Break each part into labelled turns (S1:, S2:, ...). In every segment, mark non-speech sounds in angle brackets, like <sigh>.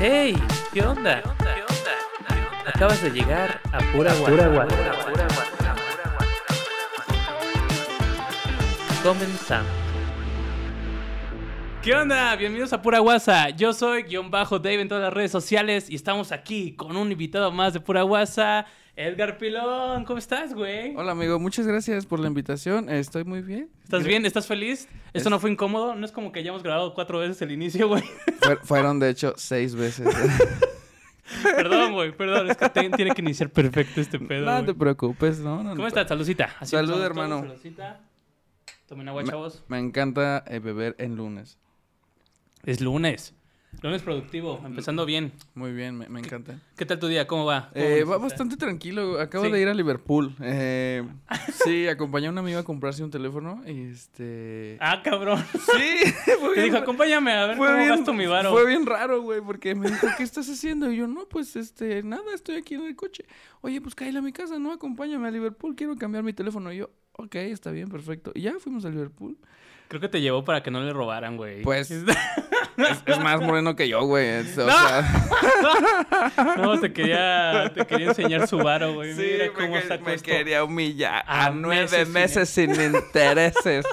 S1: ¡Hey! ¿Qué onda? Acabas de llegar a Pura Guarda. Comenzamos.
S2: ¿Qué onda? Bienvenidos a Pura Guasa. Yo soy guión bajo Dave en todas las redes sociales y estamos aquí con un invitado más de Pura Guasa, Edgar Pilón. ¿Cómo estás, güey?
S3: Hola amigo, muchas gracias por la invitación. Eh, Estoy muy bien.
S2: ¿Estás
S3: Gra-
S2: bien? ¿Estás feliz? ¿Esto
S3: Es-
S2: no fue incómodo? No es como que hayamos grabado cuatro veces el inicio, güey. <laughs>
S3: Fuer- fueron de hecho seis veces. <laughs>
S2: perdón, güey, perdón. Es que te- tiene que iniciar perfecto
S3: <laughs>
S2: este pedo.
S3: no te
S2: güey.
S3: preocupes, no, no. no.
S2: ¿Cómo estás? Salucita. Así
S3: Salud,
S2: empezamos todos,
S3: hermano.
S2: Salucita. Tomen agua, chavos.
S3: Me encanta eh, beber en lunes.
S2: Es lunes. Lunes productivo, empezando bien.
S3: Muy bien, me, me encanta.
S2: ¿Qué tal tu día? ¿Cómo va? ¿Cómo
S3: Eh, va
S2: amaneciste?
S3: bastante tranquilo. Acabo
S2: Sí.
S3: de ir a Liverpool.
S2: <laughs>
S3: Eh, sí, acompañé a un amigo a comprarse un teléfono y este.
S2: Ah, cabrón. <laughs>
S3: Sí, <laughs> fue
S2: Te
S3: bien
S2: dijo,
S3: ra-
S2: acompáñame a ver cómo gasto mi varo.
S3: fue bien raro, güey, porque me dijo, ¿qué estás haciendo? Y yo, no, pues, este, nada, estoy aquí en el coche. Oye, pues, cállate a mi casa, no, acompáñame a Liverpool, quiero cambiar mi teléfono. Y yo, ok, está bien, perfecto. Y ya fuimos a Liverpool.
S2: Creo que te llevó para que no le robaran, güey.
S3: Pues, es, es más moreno que yo, güey. es-
S2: <laughs>
S3: o
S2: No.
S3: sea,
S2: <laughs> No, te quería, te quería enseñar su varo, güey. Mira
S3: me,
S2: cómo
S3: que-
S2: está
S3: me
S2: puesto.
S3: quería humillar
S2: A
S3: a, nueve
S2: meses sin-
S3: meses sin
S2: <laughs>
S3: intereses.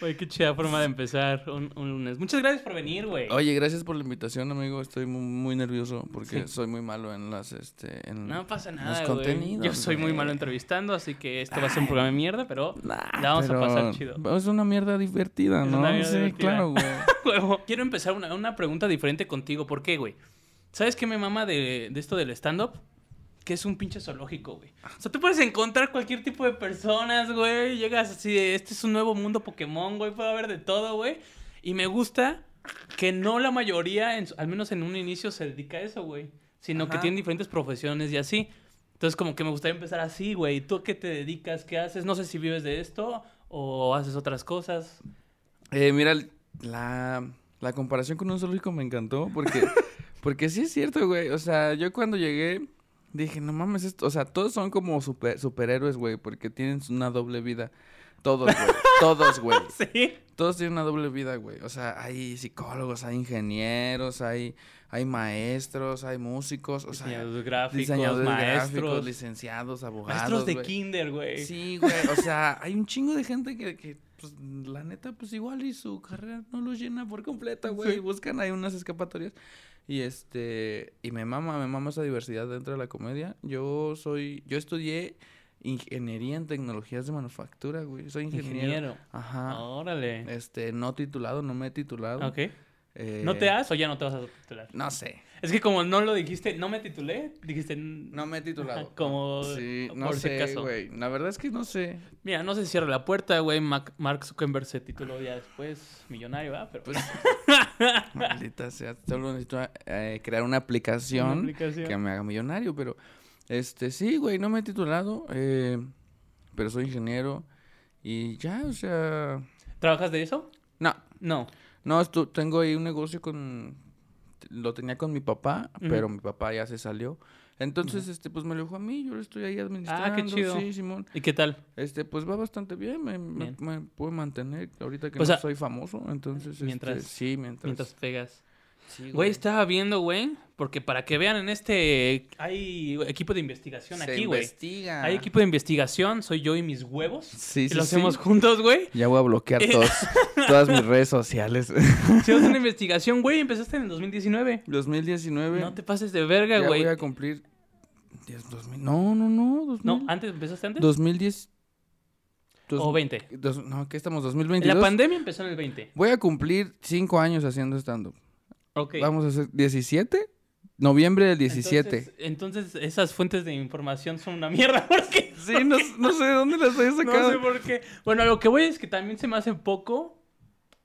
S2: Güey, qué chida forma de empezar un, un lunes. Muchas gracias por venir, güey.
S3: Oye, gracias por la invitación, amigo. Estoy muy, muy nervioso porque
S2: Sí.
S3: soy muy malo en las, este, en
S2: No pasa
S3: los
S2: nada, güey.
S3: contenidos,
S2: Yo soy muy
S3: güey.
S2: malo entrevistando, así que esto va a ser un programa de mierda, pero
S3: Nah,
S2: La vamos a
S3: pero
S2: pasar chido.
S3: Es una mierda divertida,
S2: Es
S3: ¿no?
S2: una mierda
S3: sí,
S2: divertida.
S3: claro, güey.
S2: Huevo. Quiero empezar una, una pregunta diferente contigo. ¿Por qué, güey? ¿Sabes qué me mama de, de esto del stand-up? Que es un pinche zoológico, güey. O sea, tú puedes encontrar cualquier tipo de personas, güey. Llegas así de, este es un nuevo mundo Pokémon, güey. Puede haber de todo, güey. Y me gusta que no la mayoría, en su- al menos en un inicio, se dedica a eso, güey. Sino que
S3: Ajá.
S2: tienen diferentes profesiones y así. Entonces, como que me gustaría empezar así, güey. ¿Tú a qué te dedicas? ¿Qué haces? No sé si vives de esto o haces otras cosas.
S3: <laughs> Eh, mira, la, la comparación con un zoológico me encantó porque, <laughs> porque sí es cierto, güey. O sea, yo cuando llegué dije, no mames, esto, o sea, todos son como super, superhéroes, güey, porque tienen una doble vida. Todos, güey. <laughs> Todos, güey.
S2: <laughs> Sí.
S3: Todos tienen una doble vida, güey. O sea, hay psicólogos, hay ingenieros, hay, hay maestros, hay músicos, o sea,
S2: diseñadores gráficos,
S3: diseñadores
S2: maestros,
S3: gráficos, licenciados, abogados.
S2: maestros de
S3: güey.
S2: kinder, güey.
S3: Sí, güey. O sea, hay un chingo de gente que, que, pues, la neta, pues igual y su carrera no lo llena por completo, güey.
S2: Sí.
S3: Y buscan ahí unas escapatorias. Y este, y me mama, me mama esa diversidad dentro de la comedia. Yo soy, yo estudié ingeniería en tecnologías de manufactura, güey. Soy ingeniero.
S2: Ingeniero.
S3: Ajá. eh,
S2: Órale.
S3: Este, no titulado, no me he titulado.
S2: Ok. ¿No te
S3: Eh,
S2: has o ya no te vas a titular?
S3: No sé.
S2: Es que como no lo dijiste, no me titulé, dijiste... "N-
S3: No me he titulado.
S2: <laughs> Como
S3: Sí,
S2: por
S3: no
S2: si
S3: sé,
S2: acaso.
S3: güey. La verdad es que no sé.
S2: Mira, no se cierra la puerta, güey. Mac- Mark Zuckerberg se tituló ya después, millonario, ¿verdad? Pero <laughs>
S3: Pues, maldita sea, solo necesito eh, crear una
S2: una
S3: aplicación
S2: aplicación.
S3: que me haga millonario, pero este sí, güey, no me he titulado, eh, pero soy ingeniero y ya, o sea,
S2: ¿Trabajas de eso?
S3: no,
S2: No.
S3: no, estu- tengo ahí un negocio con, lo tenía con mi papá,
S2: Ujú.
S3: pero mi papá ya se salió, entonces este pues me lo dejó a mí, yo lo estoy ahí administrando,
S2: Ah, chido.
S3: sí, Simón,
S2: ¿Y qué tal?
S3: este pues va bastante bien, me, me-
S2: Bien.
S3: me puedo mantener ahorita que
S2: O
S3: no
S2: sea,
S3: soy famoso, entonces este,
S2: mientras-
S3: sí, mientras,
S2: Mientras pegas.
S3: sí,
S2: Güey, estaba viendo, güey, porque para que vean en este... Hay equipo de investigación
S3: Se
S2: aquí, güey.
S3: investiga.
S2: Hay equipo de investigación, soy yo y mis huevos.
S3: Sí,
S2: Y
S3: sí,
S2: lo
S3: sí.
S2: hacemos juntos, güey.
S3: Ya voy a bloquear
S2: Eh. <laughs>
S3: todos, todas mis redes sociales.
S2: Hicimos una investigación, güey. Empezaste en el 2019.
S3: 2019.
S2: No te pases de verga,
S3: ya
S2: güey.
S3: voy a cumplir 10, 2000. No, no, no, 2000.
S2: No, ¿antes empezaste antes?
S3: 2010. dos-
S2: ¿O 20?
S3: dos- no, ¿qué estamos?
S2: La
S3: 2022.
S2: pandemia empezó en el 20.
S3: voy a cumplir 5 años haciendo stand up.
S2: Ok.
S3: Vamos a hacer 17. Noviembre del 17.
S2: Entonces, entonces esas fuentes de información son una mierda <laughs> porque
S3: <laughs> sí, no, no sé de dónde las
S2: <laughs>
S3: he
S2: no
S3: sacado.
S2: sé por qué. Bueno, a lo que voy es que también se me hace poco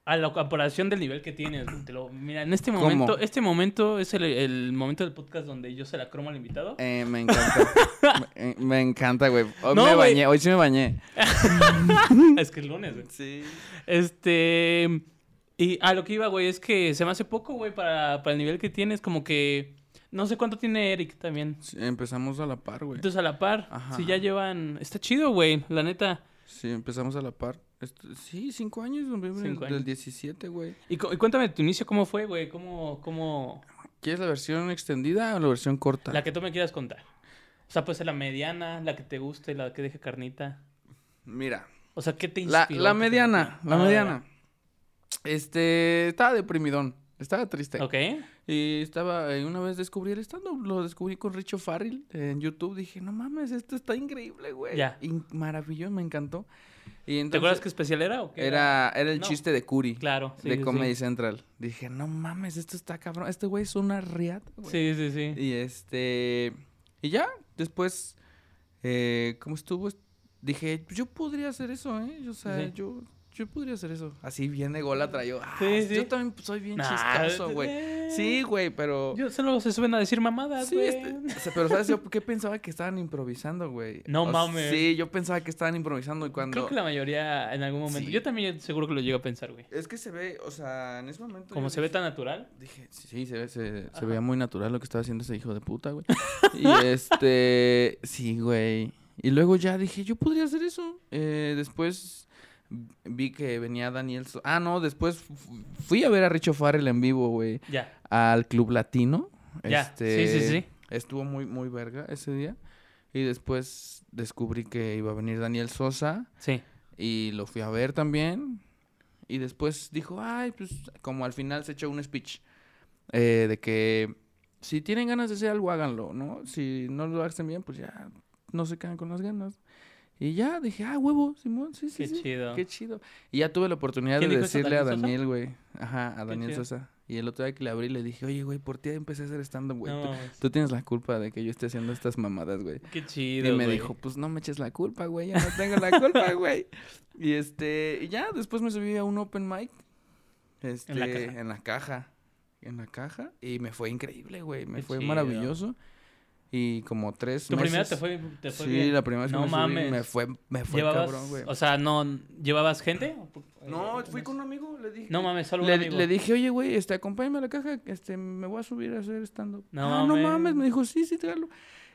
S2: a la comparación del nivel que tienes. güey. Te lo- mira, en este
S3: ¿Cómo?
S2: momento, este momento es el, el momento del podcast donde yo se la cromo al invitado.
S3: Eh, me encanta. me, eh, me encanta, güey. Hoy
S2: No,
S3: me
S2: güey.
S3: bañé, hoy sí me bañé.
S2: <laughs> es que es lunes, güey.
S3: Sí.
S2: Este. Y a lo que iba, güey, es que se me hace poco, güey, para, para el nivel que tienes. Como que. No sé cuánto tiene Eric también.
S3: Empezamos a la par, güey.
S2: Entonces a la par.
S3: Ajá.
S2: Si ya llevan. Está chido, güey, la neta.
S3: Sí, empezamos a la par. Esto- sí, cinco años, noviembre
S2: Cinco
S3: del
S2: años.
S3: 17, güey.
S2: Y, cu- y cuéntame tu inicio, ¿cómo fue, güey? ¿Cómo, cómo...
S3: ¿Quieres la versión extendida o la versión corta?
S2: La que tú me quieras contar. O sea, puede ser la mediana, la que te guste, la que deje carnita.
S3: Mira,
S2: O sea, ¿qué te
S3: la,
S2: inspiró? ¿Qué
S3: la
S2: te
S3: mediana,
S2: metió?
S3: la
S2: Ah,
S3: mediana. Este, estaba deprimidón, estaba triste.
S2: Ok.
S3: Y estaba, eh, una vez descubrí el stand-up, lo descubrí con Richo Farrell en YouTube. Dije, no mames, esto está increíble, güey.
S2: Ya.
S3: In- maravilloso, me encantó. Y entonces,
S2: ¿Te acuerdas qué especial era o qué?
S3: Era, era el
S2: No.
S3: chiste de Curi,
S2: Claro. sí,
S3: de
S2: sí, sí.
S3: Comedy Central. Dije, no mames, esto está cabrón. Este güey es una riata, güey.
S2: Sí, sí, sí.
S3: Y este. Y ya, después. Eh, ¿Cómo estuvo? Dije, "Pues yo podría hacer eso, ¿eh? O sea,
S2: Sí.
S3: yo, yo podría hacer eso. Así bien ególatra yo. "Ah,
S2: Sí, sí.
S3: Yo también soy bien
S2: Nah,
S3: chistoso, güey.
S2: eh.
S3: Sí, güey, pero.
S2: Yo solo se suben a decir mamadas,
S3: Oh. Sí,
S2: güey.
S3: este- o sea, pero ¿sabes yo qué pensaba que estaban improvisando, güey?
S2: No
S3: O sea,
S2: mames.
S3: Sí, yo pensaba que estaban improvisando y
S2: Creo
S3: cuando...
S2: que la mayoría en algún momento.
S3: Sí.
S2: Yo también seguro que lo llego a pensar, güey.
S3: Es que se ve, o sea, en ese momento...
S2: Como
S3: yo
S2: se ve
S3: dije-
S2: tan natural.
S3: Dije, sí, sí, se, ve- se, se
S2: Ajá.
S3: veía muy natural lo que estaba haciendo ese hijo de puta,
S2: <laughs>
S3: güey. y este, sí, güey. Y luego ya dije, yo podría hacer eso. Eh, después vi que venía Daniel... So- ah, no, después fu- fu- fui a ver a Richo Farrell en vivo, güey,
S2: Ya.
S3: al Club Latino.
S2: Ya.
S3: Este,
S2: Sí, sí, sí.
S3: Estuvo muy, muy verga ese día. Y después descubrí que iba a venir Daniel Sosa
S2: Sí.
S3: y lo fui a ver también. Y después dijo, ay, pues como al final se echó un speech eh, de que si tienen ganas de hacer algo, háganlo, ¿no? Si no lo hacen bien, pues ya no se quedan con las ganas. Y ya dije, ah, huevo, Simón, sí, sí.
S2: Qué
S3: sí,
S2: chido.
S3: Qué chido. Y ya tuve la oportunidad de
S2: ¿Quién dijo eso,
S3: decirle a
S2: Daniel Sosa?
S3: Daniel, güey. Ajá, a Daniel
S2: chido.
S3: Sosa. Y el otro día que le abrí le dije, oye, güey, por ti empecé a hacer stand-up, güey.
S2: No
S3: Tú-
S2: mames.
S3: Tú tienes la culpa de que yo esté haciendo estas mamadas, güey.
S2: Qué
S3: Y
S2: chido.
S3: me
S2: güey.
S3: dijo, pues no me eches la culpa, güey, yo no tengo la
S2: <laughs>
S3: culpa, güey. Y este, y ya, después me subí a un open mic. Este,
S2: la caja.
S3: en la caja. En la caja. Y me fue increíble, güey. Me
S2: Qué
S3: fue
S2: chido.
S3: maravilloso. Y como tres
S2: Tu
S3: meses.
S2: primera te fue, te fue
S3: sí,
S2: bien.
S3: la primera vez que
S2: No
S3: me subí
S2: mames.
S3: me fue, me fue
S2: llevabas,
S3: cabrón, güey.
S2: O sea, no llevabas gente?
S3: no, fui con un amigo, le dije.
S2: No mames, solo un
S3: le,
S2: amigo.
S3: le dije, oye, güey, este, acompáñame a la caja, este, me voy a subir a hacer stand-up.
S2: No
S3: ah, no mames,
S2: mames.
S3: me dijo, sí, sí, tráelo.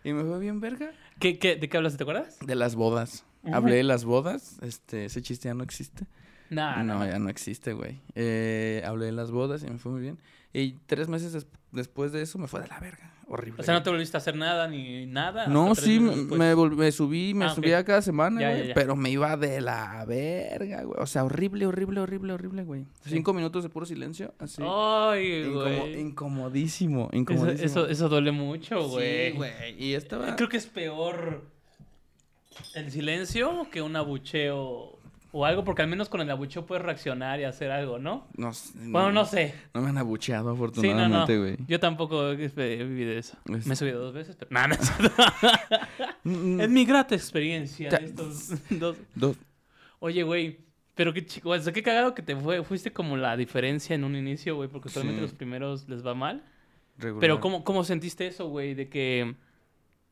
S3: Y me fue bien verga.
S2: ¿Qué, qué, ¿De qué hablas? ¿Te acuerdas?
S3: De las bodas.
S2: Ajá.
S3: Hablé de las bodas. Este, ese chiste ya no existe.
S2: Nah,
S3: no, ya no existe, güey. Eh, hablé de las bodas y me fue muy bien. Y tres meses des- después de eso me fue de la verga. Horrible.
S2: O sea, no
S3: güey.
S2: te volviste a hacer nada ni nada. hasta
S3: No,
S2: tres
S3: sí,
S2: meses
S3: me,
S2: después.
S3: me vol- me subí, me
S2: Ah, ok.
S3: subía cada semana,
S2: Ya, ya,
S3: güey,
S2: ya.
S3: pero me iba de la verga, güey. O sea, horrible, horrible, horrible, horrible, güey.
S2: Sí.
S3: Cinco minutos de puro silencio, así.
S2: Ay,
S3: Incomo-
S2: güey.
S3: incomodísimo,
S2: Eso,
S3: incomodísimo.
S2: eso, eso duele mucho, güey.
S3: Sí, güey. Y estaba...
S2: Creo que es peor el silencio que un abucheo o algo, porque al menos con el abucheo puedes reaccionar y hacer algo, ¿no?
S3: No, sé, no,
S2: Bueno, no sé.
S3: no me han
S2: Sí,
S3: abucheado,
S2: no, no.
S3: afortunadamente, güey.
S2: Yo tampoco he he vivido eso.
S3: Es-
S2: Me he subido dos veces, pero <laughs> nada, no, es cierto.
S3: Mm, mm.
S2: Es mi grata experiencia
S3: Ta-
S2: estos dos.
S3: <laughs> Dos.
S2: Oye, güey, pero qué chico, o sea, qué cagado que te fue, fuiste como la diferencia en un inicio, güey, porque solamente
S3: Sí.
S2: los primeros les va mal.
S3: regular.
S2: Pero ¿cómo, cómo sentiste eso, güey? De que,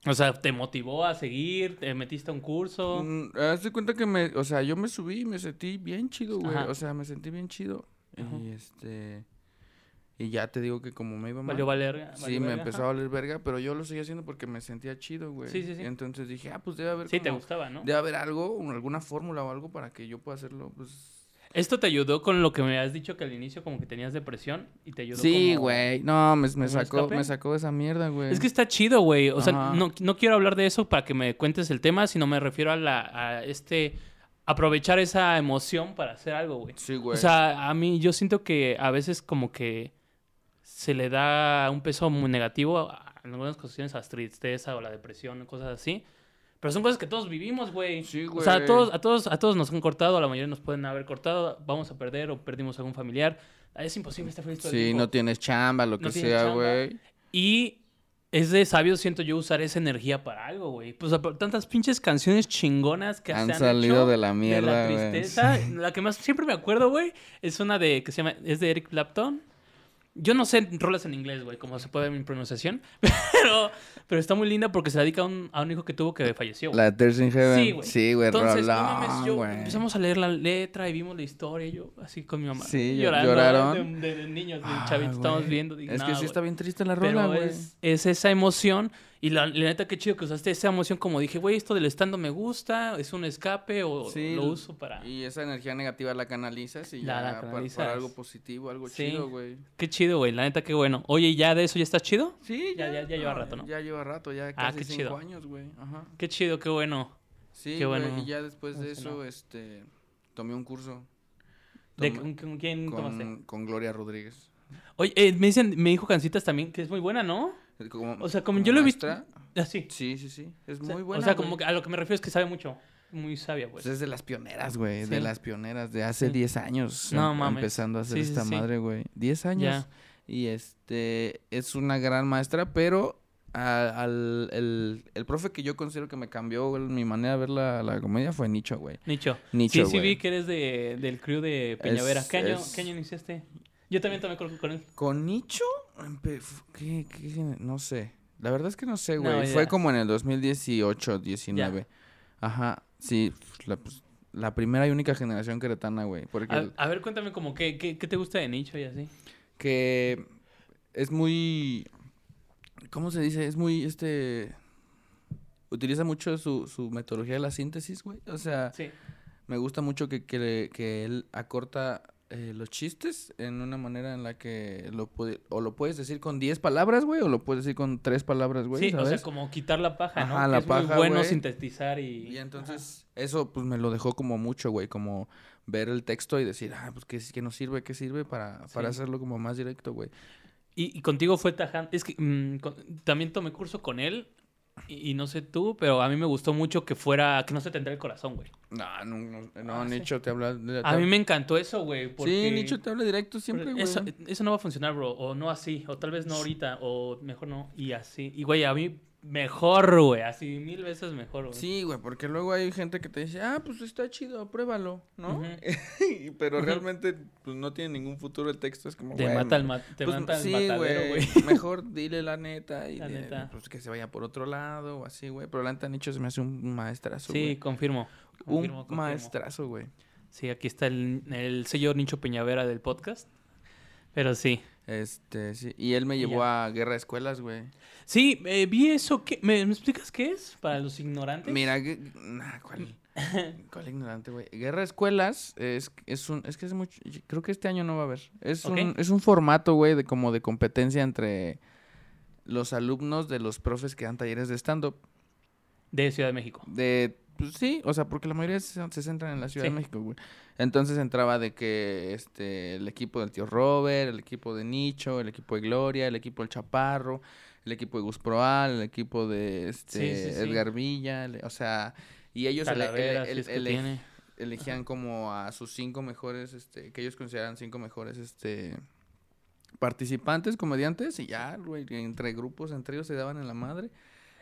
S2: o sea, ¿te motivó a seguir? ¿Te metiste a un curso?
S3: Mm, haz de cuenta que me, o sea, yo me subí y me sentí bien chido, güey.
S2: Ajá.
S3: O sea, me sentí bien chido.
S2: Ajá.
S3: Y este y ya te digo que como me iba mal.
S2: ¿Valió valer?
S3: sí, me empezó a valer verga, pero yo lo seguía haciendo porque me sentía chido, güey.
S2: Sí, sí, sí.
S3: Y entonces dije, ah, pues debe haber
S2: Sí, te
S3: como-
S2: gustaba, ¿no?
S3: debe haber algo, un- alguna fórmula o algo para que yo pueda hacerlo, pues
S2: Esto te ayudó con lo que me has dicho que al inicio como que tenías depresión y te ayudó
S3: Sí,
S2: como-
S3: güey. No, me, me
S2: como un
S3: sacó
S2: escape.
S3: me sacó de esa mierda, güey.
S2: Es que está chido, güey. O sea,
S3: Ajá.
S2: no, no quiero hablar de eso para que me cuentes el tema, sino me refiero a la a este aprovechar esa emoción para hacer algo, güey.
S3: Sí, güey.
S2: O sea, a mí yo siento que a veces como que se le da un peso muy negativo a- en algunas cuestiones a la tristeza o la depresión, cosas así. Pero son cosas que todos vivimos, güey.
S3: Sí,
S2: O sea, a
S3: güey.
S2: todos, a todos, a todos nos han cortado, a la mayoría nos pueden haber cortado, vamos a perder o perdimos algún familiar. Ah, Es imposible estar feliz todo el
S3: sí,
S2: tiempo.
S3: no tienes chamba, lo
S2: No
S3: que
S2: tienes
S3: sea,
S2: chamba.
S3: güey.
S2: Y es de sabio, siento yo, usar esa energía para algo, güey. Pues a- tantas pinches canciones chingonas que
S3: Han
S2: se han
S3: salido
S2: hecho
S3: de la mierda,
S2: De
S3: güey.
S2: la
S3: <laughs>
S2: tristeza. La que más siempre me acuerdo, güey, es una de que se llama, es de Eric Clapton. Yo no sé rolas en inglés, güey, como se puede ver mi pronunciación, <laughs> pero, pero está muy linda porque se la dedica a un, a un hijo que tuvo que falleció. güey.
S3: La de Tears in
S2: Sí,
S3: Heaven.
S2: güey.
S3: Sí, güey.
S2: Entonces, no
S3: rolón,
S2: mames, yo
S3: güey.
S2: empezamos a leer la letra y vimos la historia, y yo así con mi mamá.
S3: Sí, yo-
S2: llorando
S3: lloraron.
S2: De, de- de niños, de
S3: Ah,
S2: chavitos, estamos
S3: güey.
S2: viendo. dije,
S3: Es que
S2: "No,
S3: sí
S2: güey".
S3: está bien triste la
S2: Pero
S3: rola, güey.
S2: es, es esa emoción Y la, la neta, qué chido que usaste esa emoción. Como dije, güey, esto del estando me gusta, es un escape o
S3: Sí,
S2: lo
S3: l-
S2: uso para.
S3: Y esa energía negativa la canalizas y
S2: La-
S3: ya
S2: la
S3: pa-
S2: canalizas.
S3: para algo positivo, algo
S2: Sí.
S3: chido, güey.
S2: Qué chido, güey. La neta, qué bueno. Oye, ¿y ¿ya de eso ya estás chido?
S3: Sí,
S2: Ya- ya- ya lleva rato, ¿no?
S3: Ah, Ya lleva rato, ya
S2: Ah,
S3: casi
S2: qué
S3: cinco
S2: chido.
S3: años, güey. Ajá.
S2: Qué chido, qué bueno.
S3: Sí,
S2: Qué
S3: güey,
S2: bueno.
S3: y ya después de
S2: Funcionó.
S3: eso, este, tomé un curso.
S2: De-
S3: Tomé-
S2: ¿con, con quién tomaste?
S3: con, con Gloria Rodríguez.
S2: Oye, eh, me dicen, me dijo Cancitas también que es muy buena, ¿no?
S3: Eh, Como,
S2: O sea, como yo lo he visto-
S3: maestra.
S2: Así.
S3: Sí, sí, sí. Es
S2: O sea-
S3: muy buena.
S2: O sea,
S3: güey.
S2: como que a lo que me refiero es que sabe mucho. Muy sabia,
S3: Pues
S2: pues.
S3: es de las pioneras, güey.
S2: Sí.
S3: De las pioneras de hace
S2: Sí.
S3: 10 años.
S2: No
S3: em-
S2: mames.
S3: Empezando a hacer
S2: Sí, sí,
S3: esta
S2: sí.
S3: madre, güey. 10 años.
S2: Ya.
S3: Y este es una gran maestra, pero a- al, el, el profe que yo considero que me cambió güey, mi manera de ver la, la comedia fue Nicho, güey.
S2: Nicho.
S3: Nicho,
S2: sí, sí
S3: güey.
S2: vi que eres de, del crew de Peñavera.
S3: Es-
S2: ¿Qué, año,
S3: es-
S2: qué año iniciaste? Yo también tomé con, con él.
S3: Con Nicho, empe- f- ¿qué, qué gener- no sé. La verdad es que no sé,
S2: No,
S3: güey.
S2: ya.
S3: Fue como en el 2018, 19. Ajá, sí. pues, La, pues, la primera y única generación queretana, güey. Porque...
S2: A,
S3: el-
S2: a ver, cuéntame como qué, qué, qué te gusta de Nicho y así.
S3: que es muy ¿cómo se dice? Es muy este utiliza mucho su, su metodología de la síntesis, güey. O sea,
S2: Sí.
S3: me gusta mucho que, que, le- que él acorta eh, los chistes en una manera en la que lo puede, o lo puedes decir con 10 palabras, güey, o lo puedes decir con tres palabras,
S2: sí,
S3: güey,
S2: o sea,
S3: ¿sabes?
S2: como quitar la paja, ¿no?
S3: Ajá,
S2: Que
S3: la
S2: es muy
S3: paja,
S2: bueno
S3: güey.
S2: sintetizar y...
S3: Y entonces eso pues me lo dejó como mucho, güey, como ver el texto y decir, ah, pues que, nos sirve, que sirve para, para
S2: Sí.
S3: hacerlo como más directo, güey.
S2: Y, y contigo fue tajante. Es que mm, con- también tomé curso con él. Y, y no sé tú, pero a mí me gustó mucho que fuera... Que no se tendrá el corazón, güey.
S3: No, no, no, no,
S2: Ah, sí.
S3: Nicho te habla. te
S2: A mí me encantó eso, güey. porque-
S3: Sí, Nicho te habla directo siempre,
S2: Pero
S3: güey.
S2: Eso, eh, eso no va a funcionar, bro. O no así. O tal vez no ahorita. O mejor no. Y así. Y, güey, a mí mejor, güey. Así mil veces mejor, güey.
S3: Sí, güey, porque luego hay gente que te dice, ah, pues está chido, pruébalo, ¿no?
S2: Ujú.
S3: Y- <laughs> Pero
S2: Ujú.
S3: realmente pues, no tiene ningún futuro el texto, es como,
S2: Te
S3: güey,
S2: mata el, ma- te
S3: pues,
S2: mata el
S3: sí,
S2: matadero, güey.
S3: <laughs> Mejor dile la neta y
S2: La
S3: dile,
S2: neta.
S3: pues, que se vaya por otro lado o así, güey. Pero la neta, Nicho se me hace un maestrazo,
S2: Sí,
S3: güey.
S2: confirmo.
S3: un
S2: confirmo, confirmo.
S3: maestrazo, güey.
S2: Sí, aquí está el, el sello Nicho Peñavera del podcast. Pero sí.
S3: Este, sí. Y él me
S2: Y
S3: llevó a Guerra de Escuelas, güey.
S2: Sí, eh, vi eso. ¿qué? ¿Me, me explicas qué es? Para los ignorantes.
S3: Mira, gue- nah,
S2: <laughs>
S3: ¿cuál? ¿Cuál ignorante, güey? Guerra de Escuelas es, es un... Es que es mucho... Creo que este año no va a haber. Es,
S2: Ok.
S3: un, es un formato, güey, de como de competencia entre los alumnos de los profes que dan talleres de stand-up.
S2: De Ciudad de México.
S3: De... pues, sí, o sea, porque la mayoría se, se centran en la Ciudad
S2: Sí.
S3: de México, güey. Entonces entraba de que este el equipo del tío Robert, el equipo de Nicho, el equipo de Gloria, el equipo del Chaparro, el equipo de Gus Proal, el equipo de este,
S2: Sí, sí, sí.
S3: Edgar Villa, el- o sea, y ellos ele-
S2: Talavera,
S3: ele-
S2: si es que
S3: ele-
S2: tiene.
S3: elegían como a sus cinco mejores, este, que ellos consideran cinco mejores, este, participantes, comediantes, y ya, güey, entre grupos, entre ellos se daban en la madre.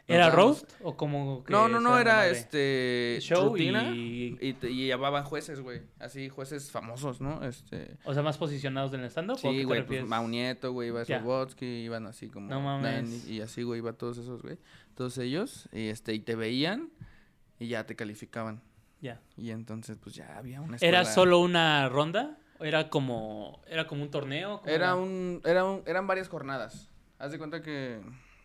S3: Nos
S2: ¿Era
S3: dábamos-
S2: roast o como que
S3: No, no, no,
S2: sea
S3: era
S2: madre?
S3: este,
S2: Show
S3: rutina,
S2: y...
S3: y, te- y llevaban jueces, güey, así, jueces famosos, ¿no? Este...
S2: O sea, más posicionados en el stand-up. ¿o a qué
S3: Sí,
S2: te
S3: güey, pues
S2: refieres?
S3: Mau Nieto, güey, iba
S2: Ya.
S3: Slobotsky, iban así como...
S2: No mames.
S3: Nani, Y así, güey, iba todos esos, güey. Todos ellos, y este, y te veían, y ya te calificaban.
S2: Ya.
S3: Y entonces, pues ya había una
S2: ¿Era
S3: escuela-
S2: solo una ronda? ¿O ¿Era como, era como un torneo? ¿Cómo
S3: Era un, era un, eran varias jornadas. Haz de cuenta que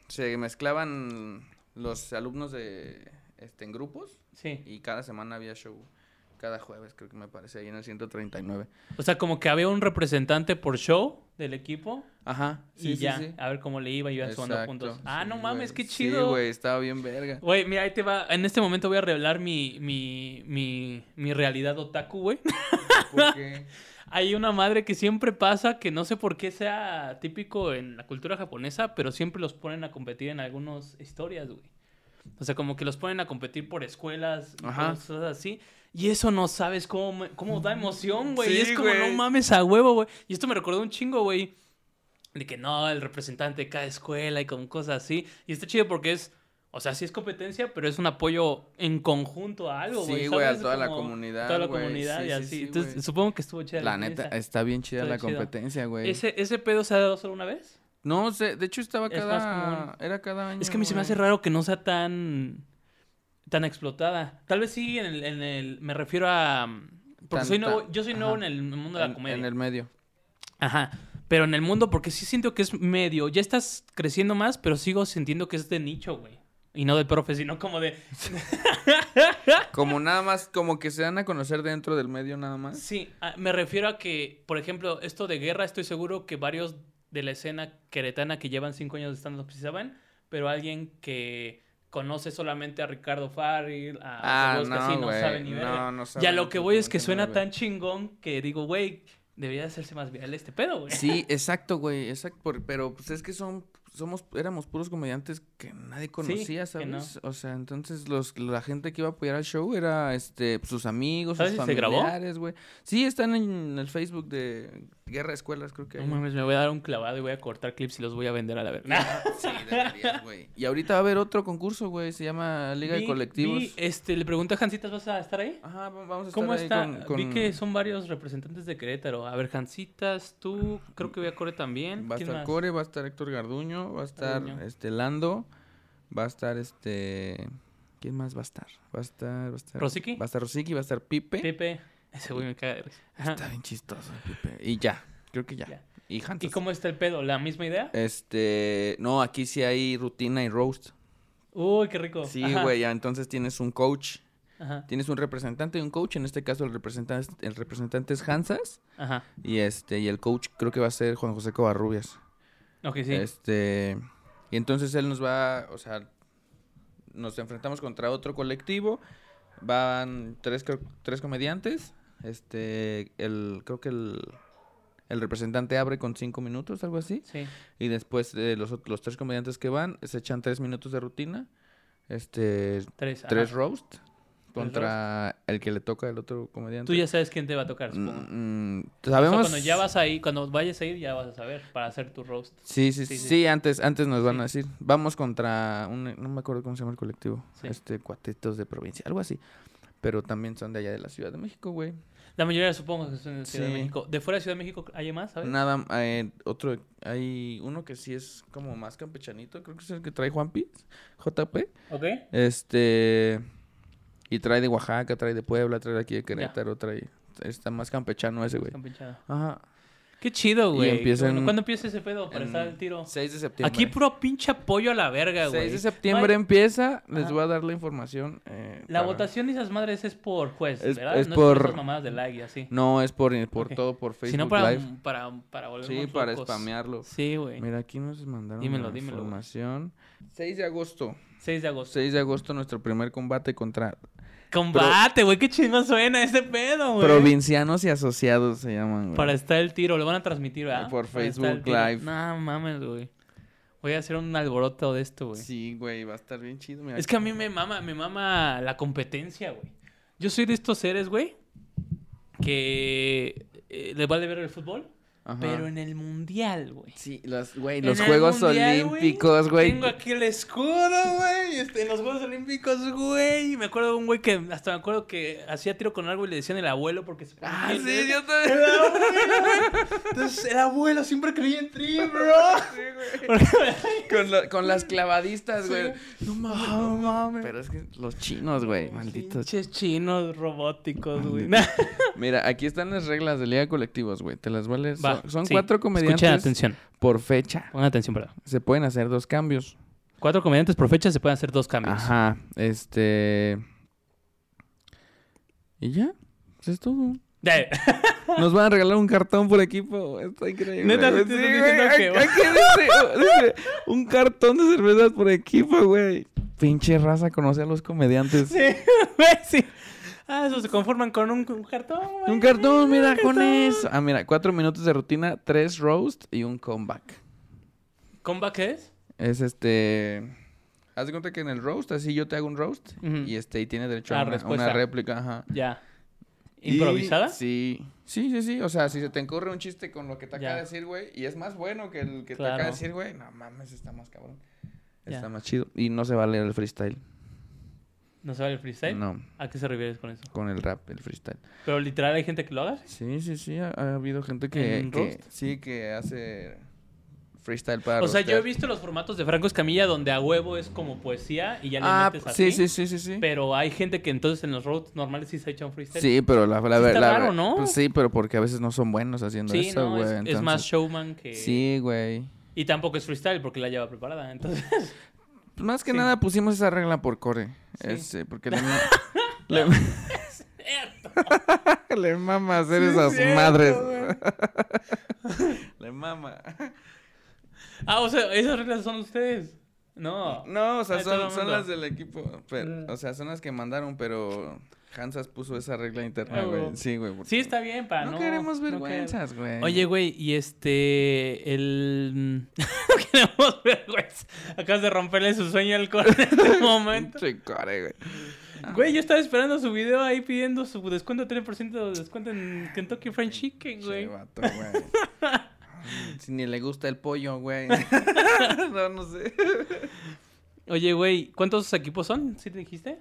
S3: se mezclaban los alumnos de, este, en grupos
S2: Sí.
S3: y cada semana había show. Cada jueves, creo que me parece, ahí en el 139.
S2: O sea, como que había un representante por show del equipo
S3: Ajá.
S2: y ya. A ver cómo le iba, iban sumando
S3: Exacto,
S2: puntos. Ah,
S3: sí,
S2: no
S3: güey.
S2: mames, qué
S3: Sí,
S2: chido.
S3: güey, estaba bien
S2: <laughs>
S3: verga.
S2: Güey, mira, ahí te va. En este momento voy a revelar mi, mi, mi, mi realidad otaku, güey.
S3: Porque...
S2: Hay una madre que siempre pasa, que no sé por qué sea típico en la cultura japonesa, pero siempre los ponen a competir en algunas historias, güey. O sea, como que los ponen a competir por escuelas, y
S3: Ajá.
S2: cosas así. Y eso no sabes cómo, me- cómo da emoción, güey.
S3: Sí,
S2: es como,
S3: güey.
S2: no mames a huevo, güey. Y esto me recordó un chingo, güey. De que no, el representante de cada escuela y con cosas así. Y está chido porque es, o sea, sí es competencia, pero es un apoyo en conjunto a algo,
S3: Sí,
S2: güey.
S3: güey, a
S2: ¿sabes?
S3: toda la
S2: Como
S3: comunidad,
S2: Toda la
S3: güey.
S2: comunidad
S3: Sí,
S2: y
S3: sí,
S2: así.
S3: sí,
S2: Entonces,
S3: güey.
S2: supongo que estuvo chida.
S3: La neta,
S2: experiencia.
S3: está bien chida
S2: Está
S3: la
S2: chido.
S3: competencia, güey.
S2: ¿Ese, ¿Ese pedo se ha dado solo una vez?
S3: No sé, de hecho estaba
S2: Es más
S3: cada...
S2: común.
S3: Era cada año,
S2: Es que a mí se me
S3: güey.
S2: hace raro que no sea tan. tan explotada. Tal vez sí, en el. en el- me refiero a. mm, Porque
S3: Tan-
S2: soy nuevo,
S3: tan-
S2: yo soy nuevo
S3: ajá.
S2: en el mundo de la
S3: En-
S2: comedia.
S3: En el medio.
S2: Ajá. Pero en el mundo, porque sí siento que es medio. Ya estás creciendo más, pero sigo sintiendo que es de nicho, güey. Y no de profe, sino como de.
S3: Como nada más, como que se dan a conocer dentro del medio nada más.
S2: Sí, ah, me refiero a que, por ejemplo, esto de guerra, estoy seguro que varios de la escena queretana que llevan cinco años de stand-up sí saben, pero alguien que conoce solamente a Ricardo Farril, a
S3: Ah,
S2: José Bosca, sí,
S3: no,
S2: sabe
S3: güey.
S2: ni verga.
S3: No, no
S2: Y a
S3: saben
S2: lo que voy es que
S3: absolutamente
S2: suena
S3: nada, güey.
S2: tan chingón que digo, güey, debería hacerse más viral este pedo, güey.
S3: Sí, exacto, güey. Exacto, por- pero pues es que son, somos, éramos puros comediantes que nadie conocía,
S2: que no.
S3: ¿sabes? O sea, entonces los, la gente que iba a apoyar al show era este sus amigos, sus
S2: ¿Sabes si se grabó?
S3: familiares, güey. Sí, están en el Facebook de Guerra de Escuelas, creo que.
S2: No
S3: hay.
S2: mames, me voy a dar un clavado y voy a cortar clips y los voy a vender a la verdad.
S3: <laughs> Sí, deberías, güey. Y ahorita va a haber otro concurso, güey. Se llama Liga de Colectivos.
S2: este, le pregunté a Jancitas, ¿vas a estar ahí?
S3: Ajá, va- vamos a estar
S2: ¿Cómo
S3: ahí
S2: está?
S3: con- con-
S2: Vi que son varios representantes de Querétaro. A ver, Jancitas, tú, creo que voy a Core también.
S3: Va a
S2: ¿Quién
S3: estar
S2: más?
S3: Core, va a estar Héctor Garduño, va a estar
S2: Garduño.
S3: este Lando, va a estar este ¿Quién más va a estar? Va a estar, va a estar
S2: ¿Rosicky?
S3: Va a estar Rosicky, va a estar Pipe.
S2: Pepe. Ese güey me caga de risa. Ajá.
S3: Está bien chistoso Pipe. Y ya, creo que ya.
S2: Ya.
S3: Y
S2: ¿Y
S3: Hantos.
S2: cómo está el pedo? ¿La misma idea?
S3: Este, no, aquí sí hay rutina y roast.
S2: Uy, qué rico.
S3: Sí,
S2: Oh, Ajá,
S3: güey, ya, entonces tienes un coach,
S2: Ajá.
S3: tienes un representante y un coach, en este caso el representante el representante es Hansas
S2: Ajá.
S3: y este y el coach creo que va a ser Juan José Covarrubias.
S2: Ok, sí.
S3: Este. Y entonces él nos va. O sea. Nos enfrentamos contra otro colectivo. Van tres, creo- tres comediantes. Este. El. Creo que el. El representante abre con cinco minutos, algo así.
S2: Sí.
S3: Y después eh, los, ot- los tres comediantes que van se echan tres minutos de rutina. Este.
S2: Tres. ajá.
S3: Tres roast. Contra el que le toca el otro comediante.
S2: Tú ya sabes quién te va a tocar, supongo.
S3: Mm, mm,
S2: O sea,
S3: sabemos.
S2: cuando ya vas ahí, cuando vayas a ir, ya vas a saber para hacer tu roast.
S3: Sí, sí,
S2: Sí,
S3: sí,
S2: sí.
S3: antes, antes nos van a decir. Vamos contra un, no me acuerdo cómo se llama el colectivo.
S2: Sí.
S3: Este, cuatetos de provincia, algo así. Pero también son de allá de la Ciudad de México, güey.
S2: La mayoría supongo que son de Ciudad de
S3: Sí.
S2: México. ¿De fuera de Ciudad de México hay más, sabes?
S3: Nada, eh, otro, hay uno que sí es como más campechanito, creo que es el que trae Juan Piz, JP.
S2: ¿Ok?
S3: Este, y trae de Oaxaca, trae de Puebla, trae de aquí de Querétaro, trae, está más campechano ese, güey.
S2: Campechano.
S3: Ajá.
S2: Qué chido,
S3: Y
S2: güey.
S3: empieza
S2: Bueno,
S3: en-
S2: ¿Cuándo empieza ese pedo para
S3: en
S2: estar al tiro?
S3: 6 de septiembre.
S2: Aquí puro pinche apoyo a la verga, güey.
S3: 6 de septiembre
S2: Mike,
S3: empieza, les
S2: Ajá.
S3: voy a dar la información. eh,
S2: La
S3: para-
S2: votación de esas madres es por juez,
S3: Es-
S2: ¿verdad?
S3: es
S2: no
S3: por-
S2: es por esas mamadas de like y así.
S3: No, es por, por
S2: Ok.
S3: todo, por Facebook
S2: Sino para,
S3: Live.
S2: para, para volvernos
S3: Sí, para
S2: locos.
S3: spamearlo.
S2: Sí, güey.
S3: Mira, aquí nos mandaron
S2: Dímelo,
S3: la
S2: dímelo, güey.
S3: información. 6 de agosto.
S2: 6 de agosto.
S3: 6 de agosto, nuestro primer combate contra
S2: Combate, güey, qué chingón suena ese pedo, güey.
S3: provincianos y asociados se llaman, güey.
S2: Para estar el tiro, lo van a transmitir, ¿verdad?
S3: Por
S2: Para estar el
S3: Facebook
S2: tiro.
S3: Live.
S2: No mames, güey. Voy a hacer un alboroto de esto, güey.
S3: Sí, güey, va a estar bien chido. Mira,
S2: Es que a mí me mama, me mama la competencia, güey. Yo soy de estos seres, güey, que eh, les vale ver el fútbol,
S3: Ajá.
S2: pero en el mundial, güey.
S3: Sí, los, güey,
S2: En
S3: los
S2: el
S3: Juegos
S2: mundial, güey,
S3: Olímpicos, güey.
S2: Tengo aquí el escudo, güey. este, en los Juegos Olímpicos, güey. Me acuerdo de un güey que hasta me acuerdo que hacía tiro con algo y le decían el abuelo porque se ponía
S3: Ah,
S2: bien
S3: sí,
S2: nervioso.
S3: yo
S2: <laughs>
S3: también.
S2: El abuelo. Entonces, el abuelo siempre creía en ti, bro. <laughs>
S3: Con, la- con las clavadistas, güey.
S2: No mames.
S3: No mames. Pero es que los chinos, güey, malditos.
S2: Pinches chinos robóticos, güey.
S3: Mira, aquí están las reglas de Liga de Colectivos, güey. Te las vales.
S2: <laughs> Va,
S3: son son
S2: sí.
S3: cuatro
S2: Escuchen
S3: comediantes
S2: atención.
S3: por fecha.
S2: Pongan atención, perdón.
S3: Se pueden hacer dos cambios.
S2: Cuatro comediantes por fecha se pueden hacer dos cambios. <laughs>
S3: Ajá, este. Y ya, eso es todo.
S2: De-
S3: Nos van a regalar un cartón por equipo. Está increíble.
S2: Neta, sí
S3: güey.
S2: te
S3: Sí,
S2: estoy
S3: güey,
S2: diciendo
S3: aquí-
S2: que va.
S3: aquí dice- dice, un cartón de cervezas por equipo, güey. Pinche raza conoce a los comediantes.
S2: Sí, <laughs> güey, sí. Ah, eso se conforman con un, un cartón, güey.
S3: Un cartón, mira,
S2: Un
S3: con
S2: cartón.
S3: eso. Ah, mira, cuatro minutos de rutina, tres roast y un comeback.
S2: ¿Comeback es?
S3: Es este. Haz de cuenta que en el roast, así yo te hago un roast
S2: Ujú.
S3: y este, y tiene derecho
S2: La
S3: a una,
S2: respuesta.
S3: una réplica, ajá.
S2: Ya.
S3: Y-
S2: ¿Improvisada?
S3: Sí. Sí, sí, sí. O sea, si se te ocurre un chiste con lo que te acaba
S2: Ya.
S3: de decir, güey, y es más bueno que el que te acaba
S2: Claro.
S3: de decir, güey, no mames, está más cabrón.
S2: Ya.
S3: Está más chido. Y no se vale el freestyle.
S2: ¿No se vale el freestyle?
S3: No,
S2: ¿A qué se refiere con eso?
S3: con el rap, el freestyle.
S2: ¿Pero literal hay gente que lo haga?
S3: Sí, sí, sí. Ha, ha habido gente que,
S2: ¿En
S3: que-
S2: roast?
S3: sí que hace freestyle para
S2: O sea, yo he
S3: rostear.
S2: visto los formatos de Franco Escamilla donde a huevo es como poesía y ya le
S3: Ah,
S2: metes así.
S3: sí, sí, sí, sí, sí.
S2: Pero hay gente que entonces en los roads normales sí se echa un freestyle.
S3: Sí, pero la
S2: Este, Sí
S3: verdad...
S2: está raro, ¿no?
S3: sí, pero porque a veces no son buenos haciendo
S2: Sí,
S3: eso,
S2: no,
S3: güey.
S2: es, es
S3: entonces-
S2: más showman que...
S3: Sí, güey.
S2: Y tampoco es freestyle porque la lleva preparada, entonces... <laughs>
S3: Pues más que
S2: Sí.
S3: nada pusimos esa regla por core.
S2: Sí.
S3: Este,
S2: <laughs>
S3: porque le, ma- le, <laughs> le mama hacer
S2: Sí, es
S3: esas
S2: cierto,
S3: madres.
S2: güey.
S3: le mama.
S2: ah, o sea, esas reglas son ustedes. No.
S3: No, o sea,
S2: Ay, todo
S3: son,
S2: el
S3: son
S2: mundo.
S3: las del equipo. pero-
S2: Mm.
S3: o sea, son las que mandaron, pero Hansas puso esa regla interna,
S2: Ah,
S3: güey.
S2: huevo.
S3: Sí, güey. porque-
S2: Sí, está bien, pa.
S3: No,
S2: No,
S3: queremos
S2: no queremos.
S3: vergüenzas, güey.
S2: Oye, güey, y este. <laughs> El. No queremos vergüenza. Acabas de romperle su sueño al core en <laughs> este momento.
S3: Pinche core, güey.
S2: Güey, yo estaba esperando su video ahí pidiendo su descuento, 3% de descuento en Kentucky Fried Chicken,
S3: Pinche
S2: güey. <laughs>
S3: vato, güey. Si ni le gusta el pollo, güey. no, no sé.
S2: Oye, güey, ¿cuántos equipos son? ¿Sí te dijiste?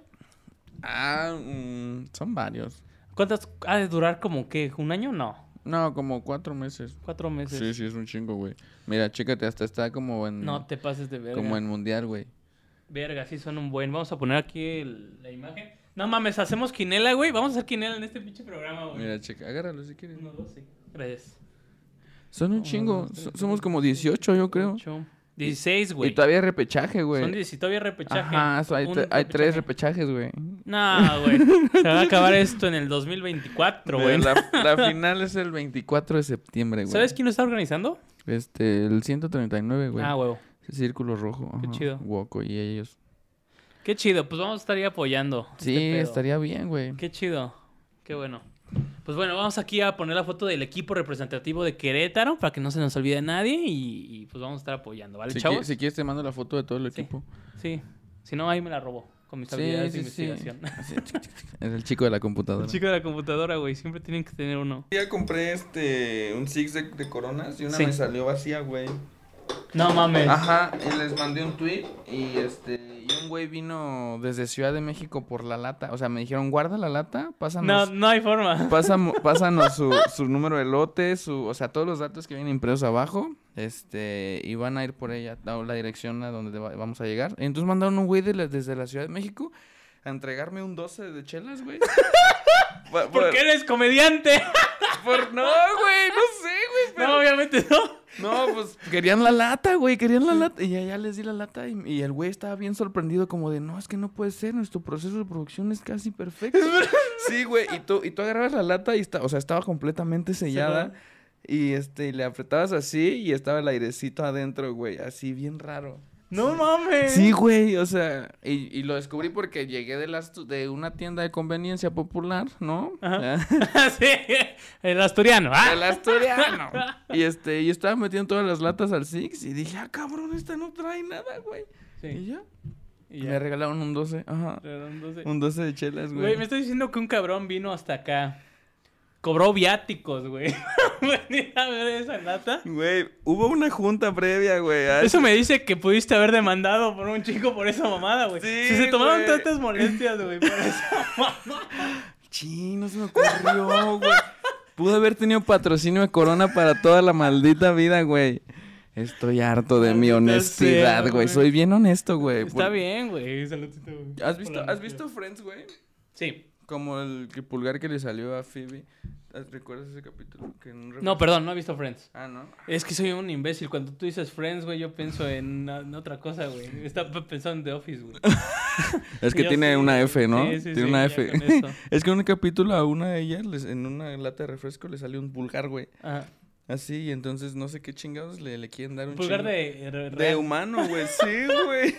S3: Ah, mm, son varios.
S2: ¿Cuántas? ¿Ha de durar como qué? ¿Un año? No.
S3: No, como cuatro meses.
S2: Cuatro meses.
S3: Sí, sí, es un chingo, güey. Mira, chécate, hasta está como en...
S2: No te pases de verga.
S3: como en mundial, güey.
S2: Verga, sí son un buen. Vamos a poner aquí el- la imagen. No mames, hacemos quinela, güey. Vamos a hacer quinela en este pinche programa, güey.
S3: Mira, checa, agárralo si quieres.
S2: Uno, dos, sí. Gracias.
S3: Son un
S2: Uno,
S3: chingo.
S2: dos, tres,
S3: so-
S2: cuatro,
S3: somos como 18, yo creo.
S2: Ocho. 16, güey.
S3: Y todavía hay repechaje, güey.
S2: Son 16, todavía repechaje.
S3: Ajá, so hay,
S2: Un
S3: tre- hay tres
S2: repechaje.
S3: repechajes, güey. <laughs>
S2: No, güey. Se va a acabar esto en el 2024,
S3: Mira,
S2: güey. <laughs>
S3: La, la final es el 24 de septiembre, güey.
S2: ¿Sabes quién lo está organizando?
S3: Este, el 139, güey.
S2: Ah, huevo.
S3: Círculo Rojo.
S2: Qué
S3: ajá,
S2: chido.
S3: Woco y ellos.
S2: Qué chido. Pues vamos a estar ahí apoyando.
S3: Sí,
S2: este pedo.
S3: estaría bien, güey.
S2: Qué chido. Qué bueno. Pues bueno, vamos aquí a poner la foto del equipo representativo de Querétaro para que no se nos olvide nadie y, y, pues vamos a estar apoyando, ¿vale,
S3: Si, qui-
S2: chavos?
S3: si quieres te mando la foto de todo el
S2: Sí.
S3: equipo.
S2: Sí. Si no, ahí me la robó con mis habilidades de investigación.
S3: <laughs> Así, tic, tic, tic. Es el chico de la computadora.
S2: El chico de la computadora, güey, siempre tienen que tener uno.
S3: Ya compré este un six de, de coronas y una
S2: Sí.
S3: me salió vacía, güey.
S2: No mames.
S3: Ajá, y les mandé un tweet y este y un güey vino desde Ciudad de México por la lata, o sea, me dijeron, "Guarda la lata,
S2: no,
S3: pásanos
S2: no hay
S3: <laughs>
S2: forma.
S3: pásamo- pásanos su, su número de lote, su, o sea, todos los datos que vienen impresos abajo, este, y van a ir por ella, a la dirección a donde va- vamos a llegar." Entonces mandaron un güey de la- desde la Ciudad de México a entregarme un 12 de
S2: <laughs>
S3: chelas, güey. Pa-
S2: ¿Por
S3: pa-
S2: qué eres comediante? <laughs>
S3: por- no, güey, no sé, güey, pero
S2: No, obviamente no.
S3: no, pues querían la lata, güey, querían la lata. Y allá les di la lata y, y el güey estaba bien sorprendido como de, no, es que no puede ser, nuestro proceso de producción es casi perfecto. sí, güey, y tú, y tú agarrabas la lata y está, o sea, estaba completamente sellada. Y este, y le apretabas así y estaba el airecito adentro, güey, así bien raro.
S2: No mames.
S3: Sí, güey, o sea, y, y lo descubrí porque llegué de, las, de una tienda de conveniencia popular, ¿no?
S2: Ajá. <laughs> sí. El asturiano. Ah.
S3: El asturiano. <laughs> Y este, y estaba metiendo todas las latas al Six y dije, ah, cabrón, esta no trae nada, güey. Y
S2: Sí.
S3: ya.
S2: Y
S3: Me
S2: ya.
S3: regalaron un 12, ajá.
S2: Redondos.
S3: Un 12 de chelas, güey.
S2: Güey, me estás diciendo que un cabrón vino hasta acá. Cobró viáticos, güey. <laughs> Venir a ver esa lata.
S3: Güey, hubo una junta previa, güey. a-
S2: Eso me dice que pudiste haber demandado por un chico por esa mamada, güey.
S3: Sí,
S2: si se tomaron
S3: güey.
S2: todas estas molestias, güey,
S3: <laughs>
S2: por esa mamada.
S3: Sí, no se me ocurrió, güey. Pude haber tenido patrocinio de Corona para toda la maldita vida, güey. Estoy harto de mi
S2: Maldita sea,
S3: honestidad, güey.
S2: güey.
S3: Soy bien honesto, güey.
S2: Está
S3: Por-
S2: bien, güey. Saludcito, güey.
S3: ¿Has visto,
S2: Hola,
S3: ¿Has
S2: tío.
S3: visto Friends, güey?
S2: Sí.
S3: Como el que- pulgar que le salió a Phoebe. Ah, ¿Recuerdas ese capítulo? Que en un refri-
S2: No, perdón, no he visto Friends.
S3: Ah, ¿no?
S2: Es que soy un imbécil. Cuando tú dices Friends, güey, yo pienso en, en otra cosa, güey. Estaba pensando en The Office, güey. <laughs>
S3: Es que
S2: Yo
S3: tiene
S2: sí,
S3: una
S2: güey.
S3: F, ¿no?
S2: Sí, sí,
S3: tiene
S2: sí,
S3: una
S2: ya con
S3: F. <laughs>
S2: eso.
S3: es que en un capítulo a una de ellas, les- en una lata de refresco, le salió un pulgar, güey.
S2: Ajá.
S3: Así, y entonces no sé qué chingados le, le quieren dar un
S2: Pulgar
S3: chingo-
S2: de... re-
S3: de
S2: real.
S3: humano,
S2: <laughs>
S3: güey. Sí, güey.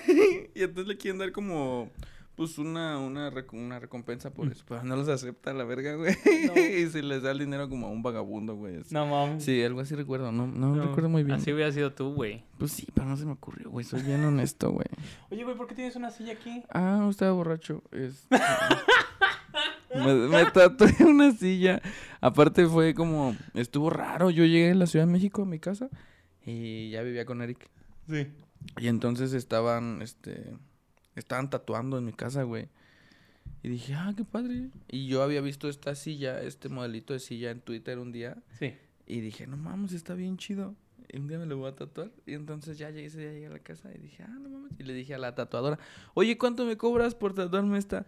S3: y entonces le quieren dar como, pues, una, una, recu- una recompensa por eso. Pero no los acepta la verga, güey.
S2: No.
S3: <laughs> y se les da el dinero como a un vagabundo, güey. así.
S2: No mames.
S3: Sí, algo así recuerdo. No, no,
S2: No,
S3: recuerdo muy bien.
S2: Así hubiera sido tú, güey.
S3: Pues sí, pero no se me ocurrió, güey. Soy bien honesto, güey.
S2: Oye, güey, ¿por qué tienes una silla aquí?
S3: Ah, estaba borracho. este, me, me tatué una silla. Aparte fue como, estuvo raro. Yo llegué a la Ciudad de México a mi casa y ya vivía con Eric.
S2: Sí.
S3: Y entonces estaban, este, estaban tatuando en mi casa, güey. Y dije, ah, qué padre. Y yo había visto esta silla, este modelito de silla en Twitter un día.
S2: Sí. <laughs>
S3: Y dije, no mames, está bien chido. un día me lo voy a tatuar. Y entonces ya llegué, ese día llegué a la casa y dije, ah, no mames. Y le dije a la tatuadora, oye, ¿cuánto me cobras por tatuarme esta?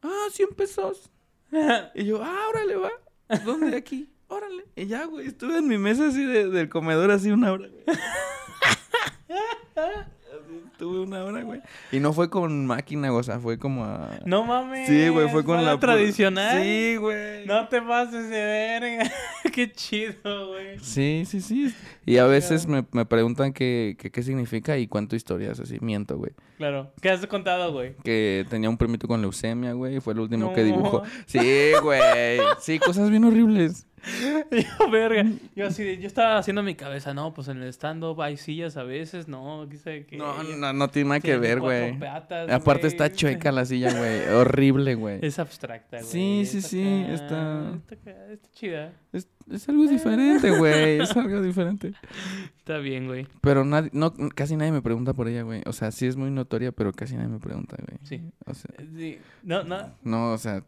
S3: Ah, 100 pesos. Y yo, ah, órale, va. ¿Dónde? Aquí. Órale. Y ya, güey, estuve en mi mesa así de- del comedor así una hora, güey. <laughs> Así estuve una hora, güey. Y no fue con máquina, o sea, fue como a...
S2: No mames.
S3: Sí, güey, fue con
S2: a
S3: la pura-
S2: tradicional.
S3: Sí, güey.
S2: No te pases de verga. <laughs> Qué chido, güey.
S3: Sí, sí, sí. Y a veces me, me preguntan qué, qué, qué significa y cuánto historias, así, miento, güey.
S2: Claro. ¿Qué has contado, güey?
S3: Que tenía un primito con leucemia, güey, y fue el último
S2: No.
S3: que dibujó. Sí, güey. Sí, cosas bien horribles.
S2: <laughs> Yo, verga. Yo así, de- yo estaba haciendo mi cabeza, no, pues en el stand-up hay sillas a veces, no, qué sé qué.
S3: No, no, no tiene nada que
S2: Tiene
S3: ver,
S2: cuatro
S3: güey.
S2: patas,
S3: Aparte
S2: güey.
S3: está chueca la silla, güey. Horrible, güey.
S2: <laughs> Es abstracta, güey.
S3: Sí,
S2: Es
S3: sí, sí,
S2: acá,
S3: está-
S2: Está, acá, está chida.
S3: Es, es algo diferente, güey. Es algo diferente.
S2: Está bien, güey.
S3: Pero nadie, no, casi nadie me pregunta por ella, güey. O sea, sí es muy notoria, pero casi nadie me pregunta, güey.
S2: Sí.
S3: O sea,
S2: Sí. No, no.
S3: no, o sea.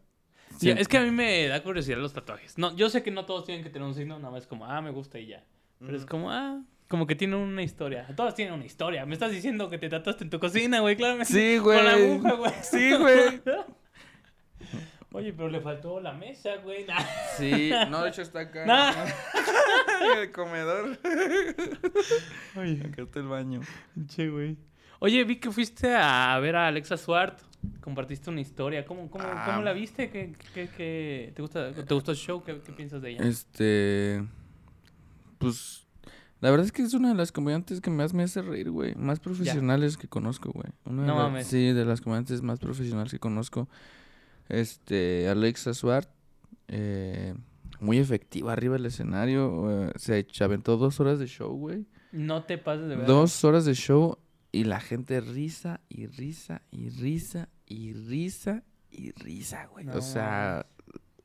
S2: Sí,
S3: sí.
S2: es que a mí me da curiosidad los tatuajes. No, yo sé que no todos tienen que tener un signo, nada más como, ah, me gusta y ya. Pero es como, ah, como que tiene una historia. Todas tienen una historia. Me estás diciendo que te tatuaste en tu cocina, güey, claramente.
S3: Sí, güey.
S2: Con la aguja, güey.
S3: Sí, güey.
S2: <laughs> Oye, pero le faltó la mesa, güey. <laughs> Nah.
S3: Sí, no, de hecho está
S2: <laughs>
S3: acá.
S2: Nah.
S3: <laughs> el comedor.
S2: Oye,
S3: Acá está el baño.
S2: che, güey. Oye, vi que fuiste a ver a Alexa Suart. Compartiste una historia. ¿Cómo, cómo,
S3: Ah.
S2: cómo la viste? ¿Qué, qué, qué- ¿Te, gusta, ¿Te gustó el show? ¿Qué, qué piensas de ella?
S3: Este. Pues. La verdad es que es una de las comediantes que más me hace reír, güey. Más profesionales que conozco, güey. Una de
S2: No
S3: las-
S2: mames.
S3: Sí, de las comediantes más profesionales que conozco. Este. Alexa Suart. eh, muy efectiva arriba del escenario. eh, se ech- aventó dos horas de show, güey.
S2: No te pases de verdad.
S3: Dos horas de show y la gente risa y risa y risa y risa y risa, güey.
S2: No
S3: o sea,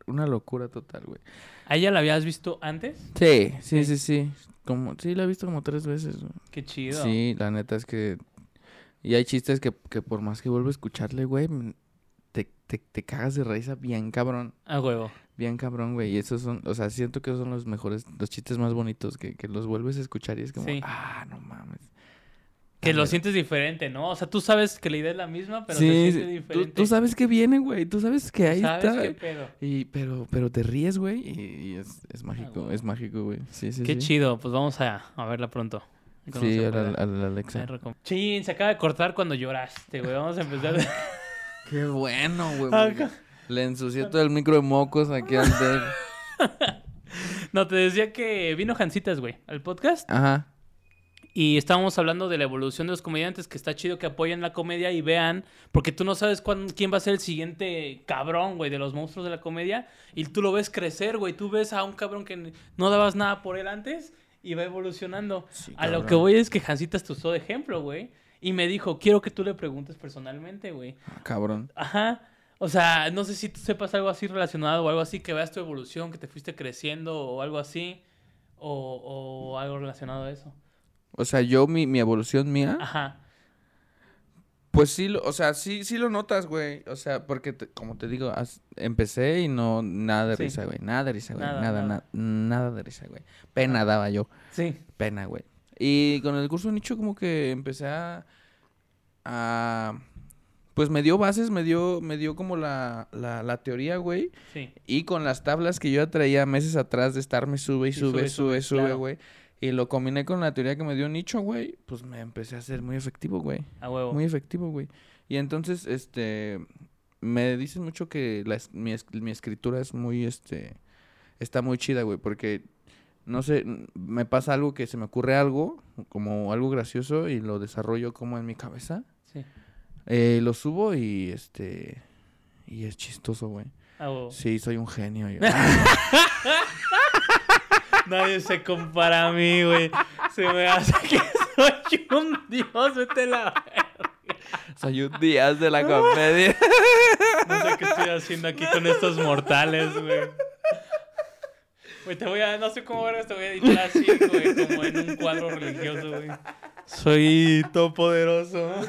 S3: una locura total, güey.
S2: ¿A ella la habías visto antes?
S3: Sí, sí, sí, sí. Como, sí, la he visto como tres veces. güey.
S2: Qué chido.
S3: Sí, la neta es que... Y hay chistes que, que por más que vuelvo a escucharle, güey, m- te, te, te cagas de risa bien cabrón.
S2: A huevo.
S3: Bien cabrón, güey. Y esos son, o sea, siento que esos son los mejores, los chistes más bonitos que, que los vuelves a escuchar y es como,
S2: Sí.
S3: ah, no mames.
S2: Que
S3: Dale,
S2: lo sientes diferente, ¿no? O sea, tú sabes que la idea es la misma, pero se
S3: sí,
S2: siente
S3: sí.
S2: diferente.
S3: Tú, tú sabes que viene, güey. Tú sabes que ahí
S2: ¿Sabes
S3: está.
S2: qué pedo?
S3: Y, pero, pero te ríes, güey. Y, y es, es mágico,
S2: Ah, güey.
S3: es mágico, güey. Sí, sí,
S2: Qué
S3: sí.
S2: chido. Pues vamos a, a verla pronto. Cuando
S3: Sí,
S2: se
S3: a la,
S2: pueda.
S3: a la
S2: Ay,
S3: Alexa.
S2: recom- Chin, se acaba de cortar cuando lloraste, güey. Vamos a
S3: <laughs>
S2: empezar.
S3: Qué bueno, güey.
S2: Ah,
S3: porque Le ensucié todo el micro de mocos aquí al del...
S2: <laughs> no, te decía que vino Jancitas, güey, al podcast.
S3: Ajá.
S2: Y estábamos hablando de la evolución de los comediantes, que está chido que apoyen la comedia y vean, porque tú no sabes cuán- quién va a ser el siguiente cabrón, güey, de los monstruos de la comedia, y tú lo ves crecer, güey, tú ves a un cabrón que no dabas nada por él antes y va evolucionando.
S3: Sí,
S2: a lo
S3: cabrón.
S2: que voy es que Jancitas te usó de ejemplo, güey, y me dijo, quiero que tú le preguntes personalmente, güey.
S3: Ah, Cabrón.
S2: Ajá. O sea, no sé si tú sepas algo así relacionado o algo así, que veas tu evolución, que te fuiste creciendo o algo así, o, o algo relacionado a eso.
S3: O sea, yo, mi, mi evolución mía...
S2: Ajá.
S3: Pues sí, lo- o sea, sí, sí lo notas, güey. O sea, porque, te- como te digo, as- empecé y no, nada de
S2: Sí.
S3: risa, güey. Nada de risa, güey.
S2: Nada,
S3: Nada, nada,
S2: nada.
S3: nada, de risa, güey. Pena daba yo.
S2: Sí.
S3: Pena, güey. Y con el curso de nicho como que empecé a... a- pues me dio bases, me dio, me dio como la, la, la teoría, güey.
S2: Sí.
S3: Y con las tablas que yo ya traía meses atrás de estarme sube y sube, sube, sube,
S2: claro.
S3: güey. Y lo combiné con la teoría que me dio Nicho, güey. Pues me empecé a ser muy efectivo, güey.
S2: A huevo.
S3: Muy efectivo, güey. Y entonces, este... Me dicen mucho que la es- mi, es- mi escritura es muy, este... Está muy chida, güey. Porque, no sé, n- me pasa algo que se me ocurre algo, como algo gracioso, y lo desarrollo como en mi cabeza.
S2: Sí.
S3: Eh, lo subo y, este... Y es chistoso, güey.
S2: A huevo.
S3: Sí, soy un genio. <laughs> yo.
S2: Nadie se compara a mí, güey. Se me hace que soy un dios, vete a la verga.
S3: Soy un Díaz de la comedia.
S2: No sé qué estoy haciendo aquí con estos mortales, güey. Güey, te voy a... No sé cómo vergas, te voy a editar así, güey. Como en un cuadro religioso, güey. <laughs> Soy todopoderoso.
S3: <laughs>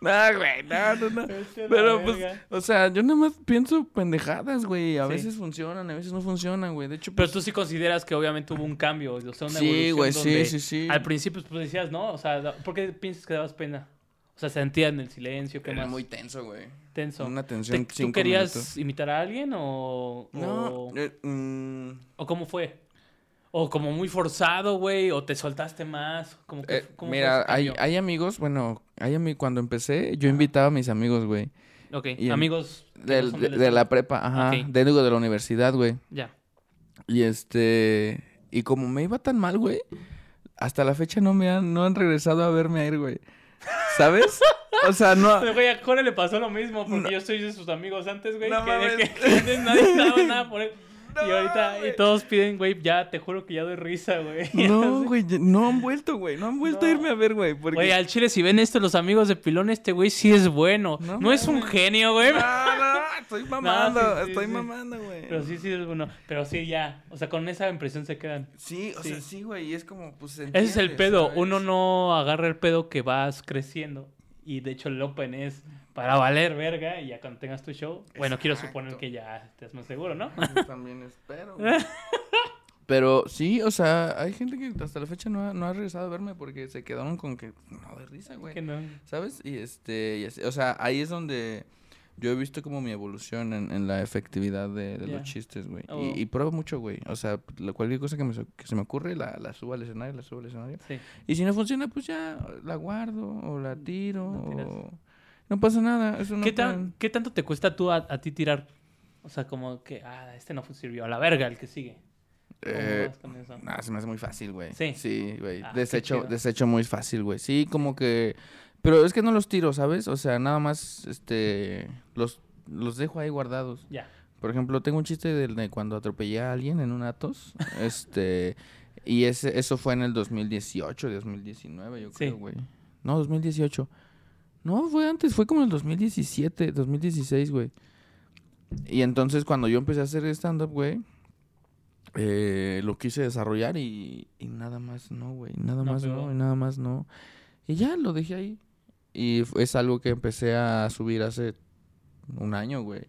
S3: No, güey, no, no, no. Pero pues, o sea, yo nada más pienso pendejadas, güey. A
S2: Sí.
S3: veces funcionan, a veces no funcionan, güey. De hecho,
S2: Pero
S3: pues,
S2: tú sí consideras que obviamente hubo un cambio, o sea, una
S3: sí,
S2: evolución
S3: güey, sí,
S2: donde
S3: sí, sí.
S2: Al principio pues decías, ¿no? O sea, ¿por qué piensas que dabas pena? O sea, sentían el silencio, que
S3: Era
S2: más
S3: muy tenso, güey.
S2: tenso.
S3: Una
S2: ¿Te-
S3: tensión
S2: ¿Tú
S3: cinco
S2: querías
S3: minutos.
S2: imitar a alguien o,
S3: No,
S2: o,
S3: eh, mm,
S2: o cómo fue? ¿O como muy forzado, güey? ¿O te soltaste más? Como que,
S3: eh,
S2: ¿cómo fue
S3: mira,
S2: ese
S3: hay,
S2: cambio?
S3: hay amigos, bueno, hay ami- cuando empecé, yo invitaba a mis amigos, güey.
S2: Ok,
S3: y en-
S2: amigos. que no
S3: del-
S2: son
S3: de,
S2: del
S3: de la
S2: estado.
S3: prepa, ajá.
S2: Ok.
S3: De, digo, de la universidad, güey.
S2: Ya.
S3: Y este. Y como me iba tan mal, güey. Hasta la fecha no me han, no han regresado a verme a ir, güey. ¿Sabes? O sea,
S2: <laughs>
S3: no.
S2: Pero, güey, a Cora le pasó lo mismo, porque yo soy de sus amigos antes, güey.
S3: No
S2: que, de
S3: mames.
S2: que- <laughs> que antes nadie
S3: <laughs>
S2: daba nada por él. y
S3: No
S2: ahorita, y
S3: mames.
S2: todos piden, güey, ya, te juro que ya doy risa, güey. <laughs>
S3: No, güey, ya- no han vuelto, güey. No han vuelto a
S2: No.
S3: irme a ver, güey. Porque...
S2: Güey,
S3: <laughs>
S2: al chile, si ven esto los amigos de Pilón, este güey sí es bueno. No,
S3: No
S2: es un genio, güey.
S3: No, no, estoy
S2: <laughs>
S3: mamando,
S2: No, sí, sí,
S3: estoy
S2: sí.
S3: mamando, güey.
S2: Pero sí, sí es bueno. Pero sí, ya. O sea, con esa impresión se quedan.
S3: Sí, o
S2: Sí.
S3: sea, sí, güey, y es como, pues, se
S2: Ese es el
S3: entiende,
S2: pedo.
S3: ¿sabes?
S2: Uno no agarra el pedo que vas creciendo. Y de hecho, el Open es para valer verga. Y ya cuando tengas tu show, bueno, quiero suponer
S3: Exacto.
S2: que ya estás más seguro, ¿no?
S3: Yo también
S2: <laughs>
S3: espero. güey. Pero sí, o sea, hay gente que hasta la fecha no ha, no ha regresado a verme porque se quedaron con que, no, de risa, güey.
S2: Que no.
S3: ¿Sabes? Y este, y así- o sea, ahí es donde yo he visto como mi evolución en, en la efectividad de, de
S2: Ya.
S3: los chistes, güey.
S2: Oh.
S3: Y, y pruebo mucho, güey. O sea, la- cualquier cosa que, me, so- que se me ocurre, la, la subo al escenario, la subo al escenario.
S2: Sí.
S3: Y si no funciona, pues ya la guardo o la tiro
S2: Mm, La tiras.
S3: o... No pasa nada, eso no...
S2: ¿Qué, tan-
S3: tan-
S2: qué tanto te cuesta tú a, a ti tirar? O sea, como que, ah, este no sirvió. A la verga, el que sigue. ¿Cómo
S3: Eh,
S2: vas con eso?
S3: Nah, se me hace muy fácil, güey.
S2: Sí.
S3: Sí, güey.
S2: Ah, qué
S3: desecho,
S2: chido.
S3: desecho muy fácil, güey. Sí, como que... Pero es que no los tiro, ¿sabes? O sea, nada más, este... Los, los dejo ahí guardados.
S2: Ya.
S3: Por ejemplo, tengo un chiste del de cuando atropellé a alguien en un Atos. <laughs> este... Y ese, eso fue en el 2018, 2019, yo
S2: Sí.
S3: creo, güey. No, 2018. No, fue antes, fue como en el 2017, 2016, güey. Y entonces cuando yo empecé a hacer stand-up, güey, eh, lo quise desarrollar y, y nada más no, güey. Nada
S2: No
S3: más
S2: pegó.
S3: no, y nada más no. Y ya lo dejé ahí. Y f- es algo que empecé a subir hace un año, güey.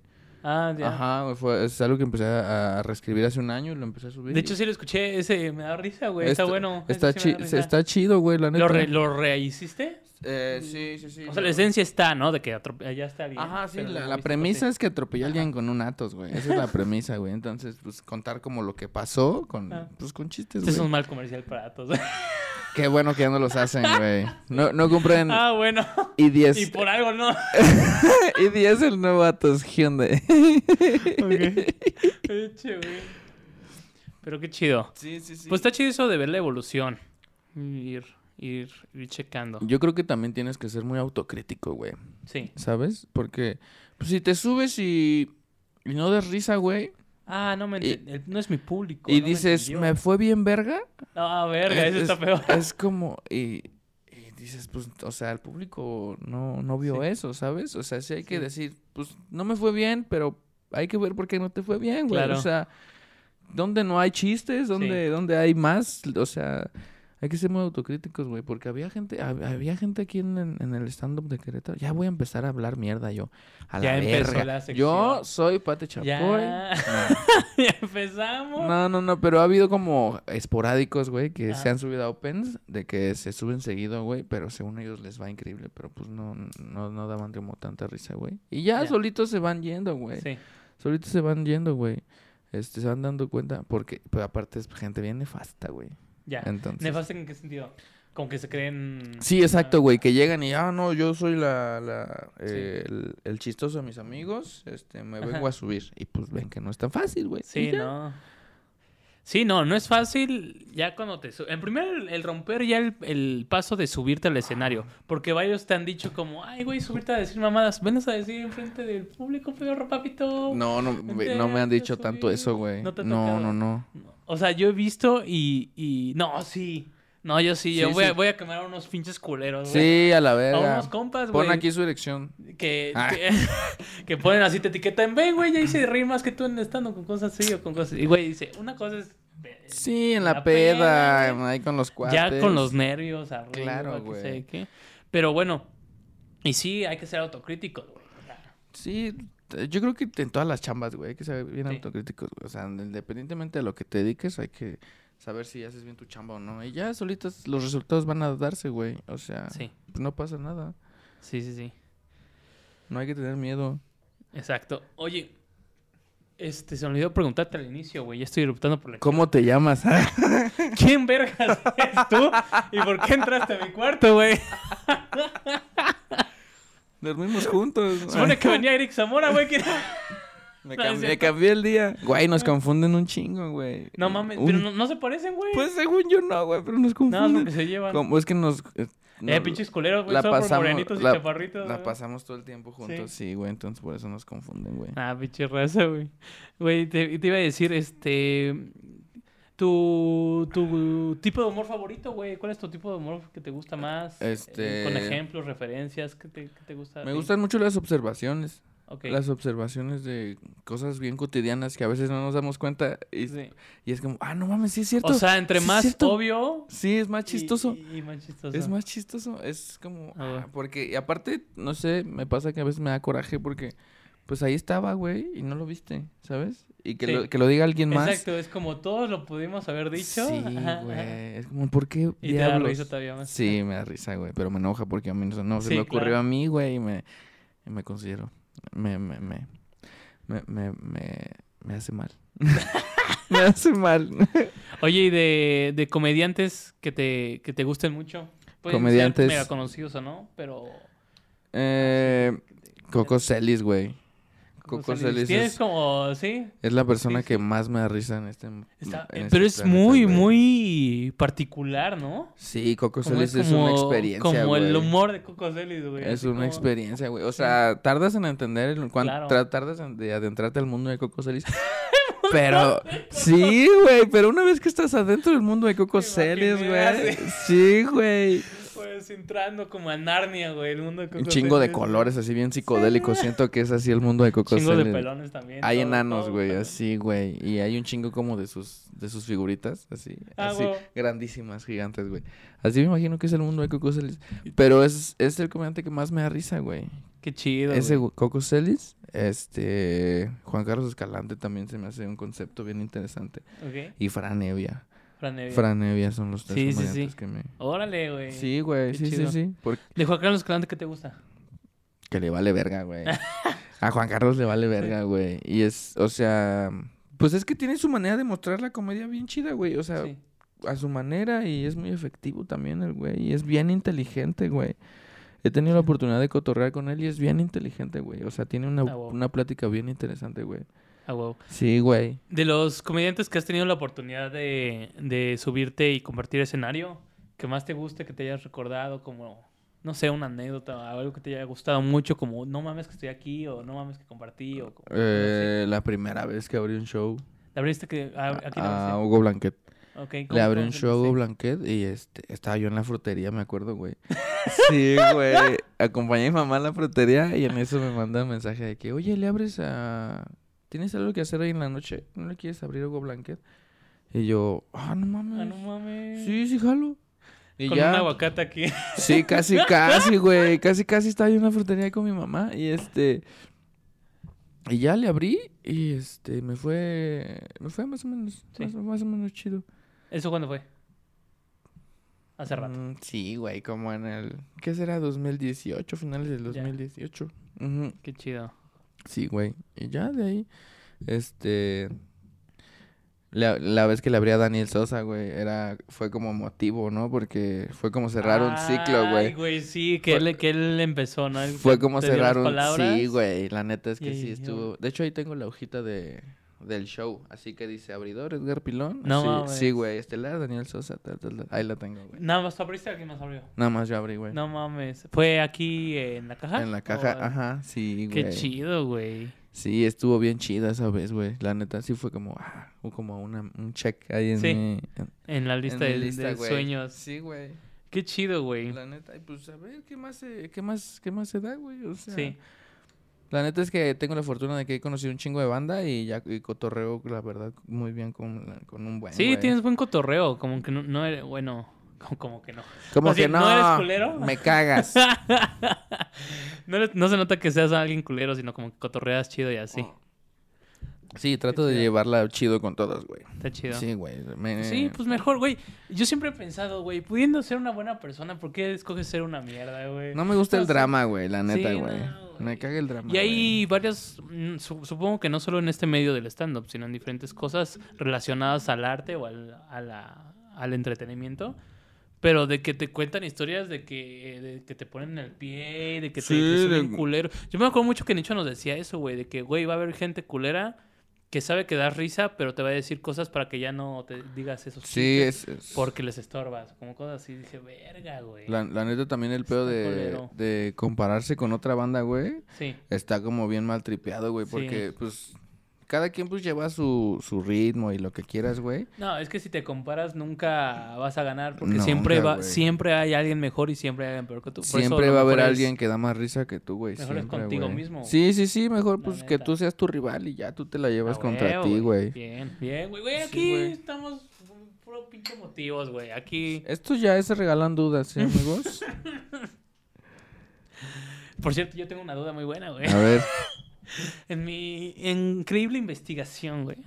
S2: Ah, ya.
S3: Ajá, güey, fue, es algo que empecé a, a reescribir hace un año y lo empecé a subir.
S2: De hecho, sí lo escuché. Ese me da risa, güey. Está, bueno. ese
S3: Este Está,
S2: sí me da
S3: chi-
S2: risa.
S3: está chido, güey, la neta.
S2: ¿Lo, re- ¿Lo rehiciste?
S3: Eh, sí, sí, sí.
S2: O sea, la
S3: lo-
S2: esencia está, ¿no? De que atropella ya está bien.
S3: Ajá, sí,
S2: pero
S3: la,
S2: lo
S3: la
S2: viste
S3: premisa
S2: por
S3: es que atropelló a alguien con un Atos, güey. Esa es la premisa, güey. Entonces, pues contar como lo que pasó con,
S2: Ah.
S3: pues, con
S2: ti.
S3: chistes,
S2: Este es un
S3: güey.
S2: mal comercial para todos. <laughs>
S3: <laughs> Qué bueno que ya no los hacen, güey. No, no compren
S2: ah, bueno. <laughs>
S3: i10.
S2: Y
S3: <laughs>
S2: por algo no. <laughs>
S3: i10 es el nuevo Atos Hyundai.
S2: Eche, güey. Pero qué chido.
S3: Sí, sí, sí.
S2: Pues está chido eso de ver la evolución. Ir, ir, ir checando.
S3: Yo creo que también tienes que ser muy autocrítico, güey.
S2: Sí.
S3: ¿Sabes? Porque pues, si te subes y, y no des risa, güey,
S2: Ah, no me
S3: Y-
S2: enten- el- No es mi público.
S3: y
S2: no me
S3: dices,
S2: entendió.
S3: me fue bien verga,
S2: No, ah, verga, eso
S3: Es-
S2: está
S3: es-
S2: peor.
S3: Es como, y, y dices, pues, o sea, el público no, no vio
S2: Sí.
S3: eso, ¿sabes? O sea, sí hay que
S2: Sí.
S3: decir, pues, no me fue bien, pero hay que ver por qué no te fue bien, güey.
S2: Claro.
S3: O sea, ¿dónde no hay chistes? ¿Dónde,
S2: Sí.
S3: dónde hay más? O sea, hay que ser muy autocríticos, güey, porque había gente, hab- había gente aquí en, en- en el stand-up de Querétaro. Ya voy a empezar a hablar mierda yo. A
S2: Ya
S3: la
S2: empezó
S3: verga.
S2: la
S3: Yo
S2: sección.
S3: soy Pate Chapoy.
S2: <laughs> Ya.
S3: No.
S2: ya empezamos.
S3: No, no, no, pero ha habido como esporádicos, güey, que se
S2: Ajá.
S3: han subido a Opens, de que se suben seguido, güey, pero según ellos les va increíble, pero pues no, no, no daban como tanta risa, güey. Y ya
S2: Ya.
S3: solitos se van yendo, güey.
S2: Sí.
S3: Solitos se van yendo, güey. Este, se van dando cuenta, porque, pero aparte es gente bien nefasta, güey.
S2: Ya.
S3: Entonces.
S2: ¿Nefasta en qué sentido? Como que se creen.
S3: Sí, exacto, güey, que llegan y, ah, no, yo soy la, la, eh, el, el chistoso de mis amigos, este, me vengo
S2: Ajá.
S3: a subir. Y pues ven que no es tan fácil, güey.
S2: Sí,
S3: Y ya.
S2: no. Sí, no, no es fácil ya cuando te subes. En primer el, el romper ya el, el paso de subirte al escenario. Porque varios te han dicho como, ay, güey, subirte a decir mamadas. Venas a decir enfrente del público, peor papito. <laughs>
S3: No, no, güey, no me han
S2: Vente a
S3: dicho tanto
S2: subir.
S3: eso, güey.
S2: No te ha
S3: no,
S2: tocado.
S3: no, no.
S2: O sea, yo he visto y. y... No, sí. No, yo sí. yo
S3: Sí,
S2: voy, A,
S3: sí.
S2: voy a quemar a unos pinches culeros, güey.
S3: Sí, a la
S2: A
S3: verga.
S2: unos compas, güey.
S3: Pon aquí su dirección.
S2: Que, <laughs>
S3: Ah.
S2: que, que ponen así, te etiquetan, ven, güey, ya hice rimas que tú en estando con cosas así o con cosas. Y, güey, dice, una cosa es pe-
S3: Sí, en
S2: en
S3: la,
S2: la
S3: peda,
S2: peda, güey.
S3: ahí con los cuates.
S2: ya con los nervios arriba,
S3: Claro,
S2: que
S3: güey.
S2: sé qué. Pero bueno, y sí, hay que ser autocríticos, güey.
S3: Sí, t- yo creo que en todas las chambas, güey, hay que ser bien
S2: Sí.
S3: autocríticos. güey. O sea, independientemente de lo que te dediques, hay que saber si haces bien tu chamba o no. Y ya solitas los resultados van a darse, güey. O sea,
S2: Sí,
S3: no pasa nada.
S2: sí, sí, sí.
S3: No hay que tener miedo.
S2: Exacto. Oye, este, se me olvidó preguntarte al inicio, güey. Ya estoy eruptando por la...
S3: ¿Cómo te llamas? <laughs> Ah,
S2: ¿Quién vergas eres tú? ¿Y por qué entraste a mi cuarto,
S3: <laughs>
S2: güey?
S3: Dormimos juntos. Ah,
S2: Supone que venía Eric Zamora, güey. que era-
S3: Me,
S2: No, es
S3: cam- me
S2: cierto. Ah.
S3: cambié el día. Güey, nos confunden un chingo, güey.
S2: No mames,
S3: Un-
S2: pero no, no se parecen, güey.
S3: Pues según yo no, güey, pero nos
S2: Nada más porque
S3: confunden.
S2: se llevan.
S3: Como- es que nos... eh,
S2: eh,
S3: no-
S2: pinches culeros, güey.
S3: la
S2: Solo por
S3: pasamos-
S2: morenitos y
S3: la-
S2: chaparritos.
S3: La
S2: güey.
S3: pasamos todo el tiempo juntos, sí, güey, entonces por eso nos confunden, güey.
S2: Ah, pinche raza, güey. Güey, te, te iba a decir, este... Tu, tu tipo de humor favorito, güey. ¿Cuál es tu tipo de humor que te gusta más? Eh,
S3: Este-
S2: con ejemplos, referencias, ¿qué te, qué te gusta? a
S3: Me
S2: ti?
S3: gustan mucho las observaciones,
S2: Ok.
S3: las observaciones de cosas bien cotidianas que a veces no nos damos cuenta y,
S2: Sí.
S3: y es como, ah, no mames, sí es cierto.
S2: O sea, entre
S3: sí es
S2: más
S3: cierto.
S2: obvio...
S3: sí, es más
S2: y-
S3: chistoso.
S2: Y, y más chistoso.
S3: Es más chistoso, es como...
S2: Ah,
S3: ah,
S2: güey.
S3: porque, y aparte, no sé, me pasa que a veces me da coraje porque, pues ahí estaba, güey, y no lo viste, ¿sabes? Y que,
S2: Sí.
S3: lo, que lo diga alguien más.
S2: Exacto, es como todos lo pudimos haber dicho.
S3: Sí,
S2: Ajá, ajá.
S3: güey. Es como, ¿por qué
S2: Y te da
S3: diablos?
S2: risa todavía más.
S3: Sí, me da risa, güey. Pero me enoja porque a mí no, no se
S2: Sí,
S3: me ocurrió
S2: claro.
S3: a mí, güey. Y me, y me considero. Me, me, me, me, me, me, me hace mal. <laughs> me hace
S2: <laughs>
S3: mal.
S2: Oye, ¿y de, de comediantes que te, que te gusten mucho? Pueden
S3: Comediantes.
S2: ser mega conocidos o no, pero...
S3: Eh, Coco Celis, güey. Coco
S2: Celis.
S3: Celis
S2: Tienes
S3: es,
S2: como... Sí.
S3: es la persona
S2: sí,
S3: que más me da risa en este. en
S2: Está- eh,
S3: este
S2: pero es
S3: planeta,
S2: muy,
S3: güey.
S2: muy particular, ¿no?
S3: Sí, Coco
S2: Como
S3: Celis es, una experiencia.
S2: Como el
S3: güey.
S2: humor de Coco Celis, güey.
S3: Es
S2: así
S3: una
S2: como-
S3: experiencia, güey. O sea, tardas en entender, el, cuan-
S2: Claro.
S3: tra- tardas en de adentrarte al mundo de
S2: <laughs>
S3: Coco Celis. pero, sí, güey, pero una vez que estás adentro del mundo de Coco
S2: Me
S3: Celis,
S2: imaginé
S3: güey. Sí, güey.
S2: Pues entrando como a Narnia, güey, el mundo de Coco
S3: Un chingo de
S2: Celis.
S3: colores, así bien psicodélico. Siento que es así el mundo de Coco
S2: Chingo de
S3: Celis.
S2: pelones también.
S3: Hay
S2: todo,
S3: enanos,
S2: todo,
S3: güey,
S2: todo.
S3: así, güey. Y hay un chingo como de sus, de sus figuritas, así,
S2: Ah,
S3: así,
S2: huevo.
S3: grandísimas, gigantes, güey. Así me imagino que es el mundo de Coco Celis. Pero es, es el comediante que más me da risa, güey.
S2: Qué chido,
S3: Ese
S2: güey.
S3: güey, Coco Celis, este Juan Carlos Escalante también se me hace un concepto bien interesante.
S2: Ok,
S3: Y Fran Evia.
S2: Fran Evia.
S3: Fran Evia son los tres
S2: Sí, sí,
S3: comediantes
S2: sí.
S3: que me.
S2: Órale, güey.
S3: Sí, güey,
S2: qué
S3: sí, sí,
S2: chido.
S3: sí. Porque
S2: De Juan Carlos Escalante, ¿qué te gusta?
S3: que le vale
S2: <laughs>
S3: verga, güey. A Juan Carlos le vale verga, güey. Y es, o sea, pues es que tiene su manera de mostrar la comedia bien chida, güey. O sea,
S2: Sí.
S3: a su manera y es muy efectivo también el güey. Y es bien inteligente, güey. He tenido la oportunidad de cotorrear con él y es bien inteligente, güey. O sea, tiene una,
S2: Ah, wow.
S3: una plática bien interesante, güey.
S2: Ah, wow.
S3: Sí, güey.
S2: De los comediantes que has tenido la oportunidad de, de subirte y compartir escenario, que más te guste, que te hayas recordado como, no sé, una anécdota o algo que te haya gustado mucho, como no mames que estoy aquí o no mames que compartí o como, no sé.
S3: Eh, La primera vez que abrí un show
S2: ¿La abriste que ah, aquí
S3: a
S2: la
S3: Hugo Blanquet.
S2: abriste? Ok, ¿cómo-
S3: Le abrí
S2: cómo
S3: un show a Hugo
S2: sentiste?
S3: Blanquet y este, estaba yo en la frutería, me
S2: <laughs>
S3: acuerdo, güey. Sí, güey. Acompañé a mi mamá a la frutería y en eso me manda un mensaje de que, oye, le abres a... ¿Tienes algo que hacer hoy en la noche? ¿No le quieres abrir a Hugo Blanquet? Y yo, ah, no mames.
S2: Ah, no mames.
S3: Sí, sí, jalo. Y
S2: Con
S3: ya.
S2: un aguacate aquí. <laughs>
S3: Sí, casi, casi, güey. Casi, casi estaba yo en la frutería con mi mamá. Y este. Y ya le abrí. Y este, me fue. Me fue más o menos.
S2: Sí.
S3: Más, más o menos chido.
S2: ¿Eso cuándo fue? Hace rato.
S3: Mm, sí, güey, como en el. ¿Qué será? 2018, finales del
S2: Ya.
S3: 2018. Ujú.
S2: Qué chido.
S3: Sí, güey. Y ya de ahí. Este. La, la vez que le abrí a Daniel Sosa, güey, era, fue como motivo, ¿no? Porque fue como cerrar un ciclo,
S2: Ay,
S3: güey.
S2: güey, sí, que,
S3: Fue-
S2: él, que él empezó, ¿no? Él
S3: Fue como
S2: te dio las
S3: cerrar un...
S2: palabras.
S3: Sí, güey. La neta es que
S2: Y
S3: sí
S2: ahí-
S3: estuvo... De hecho, ahí tengo la hojita de... del show. Así que dice abridor Edgar Pilón.
S2: No
S3: Sí,
S2: mames.
S3: Sí, güey. Estelar, Daniel Sosa. tal, tal, tal. Ahí la tengo, güey.
S2: Nada más tú abriste, alguien más abrió.
S3: Nada más yo abrí, güey.
S2: No mames. ¿Fue aquí eh, en la caja?
S3: En la
S2: ¿O-
S3: caja. Ajá. Sí,
S2: Qué
S3: güey.
S2: chido, güey.
S3: Sí, estuvo bien chida esa vez, güey. La neta sí fue como... ah, como una, un check ahí en
S2: Sí.
S3: mi... en-
S2: En la
S3: en
S2: lista
S3: mi
S2: de, de
S3: güey.
S2: sueños.
S3: Sí, güey.
S2: Qué chido, güey.
S3: La neta. Y pues a ver, ¿qué más se, qué más, qué más se da, güey? O sea...
S2: Sí.
S3: La neta es que tengo la fortuna de que he conocido un chingo de banda y ya y cotorreo, la verdad, muy bien con, la- con un buen.
S2: Sí,
S3: güey.
S2: tienes buen cotorreo, como que no, no eres, bueno, <laughs> como, como que no.
S3: Como
S2: o sea,
S3: que no.
S2: ¿no eres culero? <laughs>
S3: Me cagas.
S2: no, eres- no se nota que seas alguien culero, sino como que cotorreas chido y así.
S3: Oh, Sí, trato de
S2: chido.
S3: llevarla chido con todas, güey.
S2: Está chido.
S3: Sí, eh. güey. me-
S2: Sí, pues mejor, güey. Yo siempre he pensado, güey, pudiendo ser una buena persona, ¿por qué escoges ser una mierda, güey?
S3: No me gusta
S2: No
S3: el
S2: sé.
S3: drama, güey, la neta,
S2: Sí,
S3: güey.
S2: no, güey.
S3: me caga el drama.
S2: Y
S3: güey.
S2: hay varias, mm, su- supongo que no solo en este medio del stand-up, sino en diferentes cosas relacionadas al arte o al, a la- al entretenimiento, pero de que te cuentan historias de que, de que te ponen el pie, de que
S3: Sí,
S2: te que son
S3: de-
S2: bien culero. Yo me acuerdo mucho que Nicho nos decía eso, güey, de que, güey, va a haber gente culera que sabe que das risa, pero te va a decir cosas para que ya no te digas esos
S3: Sí,
S2: chistes
S3: es. es-
S2: porque les estorbas, como cosas así. Dije, verga, güey.
S3: La, la neta también el pedo
S2: Está
S3: de,
S2: culero.
S3: de compararse con otra banda, güey.
S2: Sí.
S3: Está como bien mal tripeado, güey.
S2: Sí.
S3: Porque, pues, cada quien pues lleva su, su ritmo y lo que quieras, güey.
S2: No, es que si te comparas nunca vas a ganar porque
S3: Nunca,
S2: siempre va,
S3: güey.
S2: siempre hay alguien mejor y siempre hay alguien peor que tú. Por eso
S3: Siempre
S2: lo
S3: va a haber
S2: mejor es-
S3: alguien que da más risa que tú, güey.
S2: mejor es
S3: siempre,
S2: contigo
S3: güey.
S2: mismo, güey.
S3: Sí, sí, sí. Mejor
S2: La
S3: pues que
S2: neta.
S3: tú seas tu rival y ya tú te la llevas
S2: Ah,
S3: contra ti, güey.
S2: Bien, bien, güey. Güey,
S3: Sí,
S2: aquí
S3: güey.
S2: estamos puro pinche motivos, güey. Aquí.
S3: Esto ya es regalan dudas, ¿eh,
S2: <laughs>
S3: amigos?
S2: Por cierto, yo tengo una duda muy buena, güey.
S3: A ver,
S2: En mi increíble investigación, güey,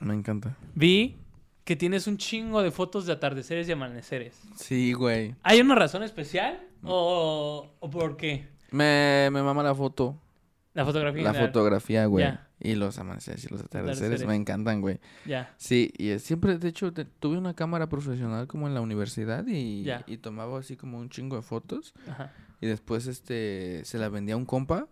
S3: me encanta.
S2: vi que tienes un chingo de fotos de atardeceres y amaneceres.
S3: Sí, güey.
S2: ¿Hay una razón especial o, o por qué?
S3: Me, me mama la foto.
S2: La fotografía. en
S3: La
S2: general.
S3: fotografía, güey.
S2: Ya.
S3: Y los amaneceres y los atardeceres
S2: Atardeceres.
S3: me encantan, güey.
S2: Ya.
S3: Sí, y eh, siempre, de hecho, te- tuve una cámara profesional como en la universidad y,
S2: Ya.
S3: y tomaba así como un chingo de fotos.
S2: Ajá.
S3: Y después, este, se la vendía a un compa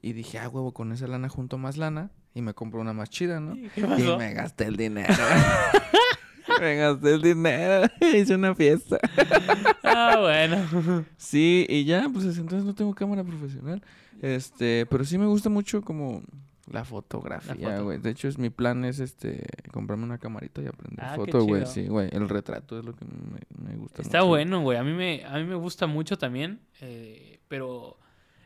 S3: y dije, ah, huevo, con esa lana junto más lana y me compro una más chida, ¿no?
S2: ¿Y ¿Qué
S3: Y
S2: pasó?
S3: me gasté el dinero. <laughs> me gasté el dinero. <laughs> Hice una fiesta.
S2: Ah, bueno.
S3: Sí, y ya, pues desde entonces no tengo cámara profesional. Este, pero sí me gusta mucho como la
S2: La
S3: fotografía,
S2: foto.
S3: güey. De hecho, es mi plan es este comprarme una camarita y aprender
S2: Ah, qué
S3: foto, güey.
S2: chido.
S3: Sí, güey. El retrato es lo que me, me gusta
S2: Está
S3: mucho.
S2: bueno, güey. A mí me, a mí me gusta mucho también, eh, pero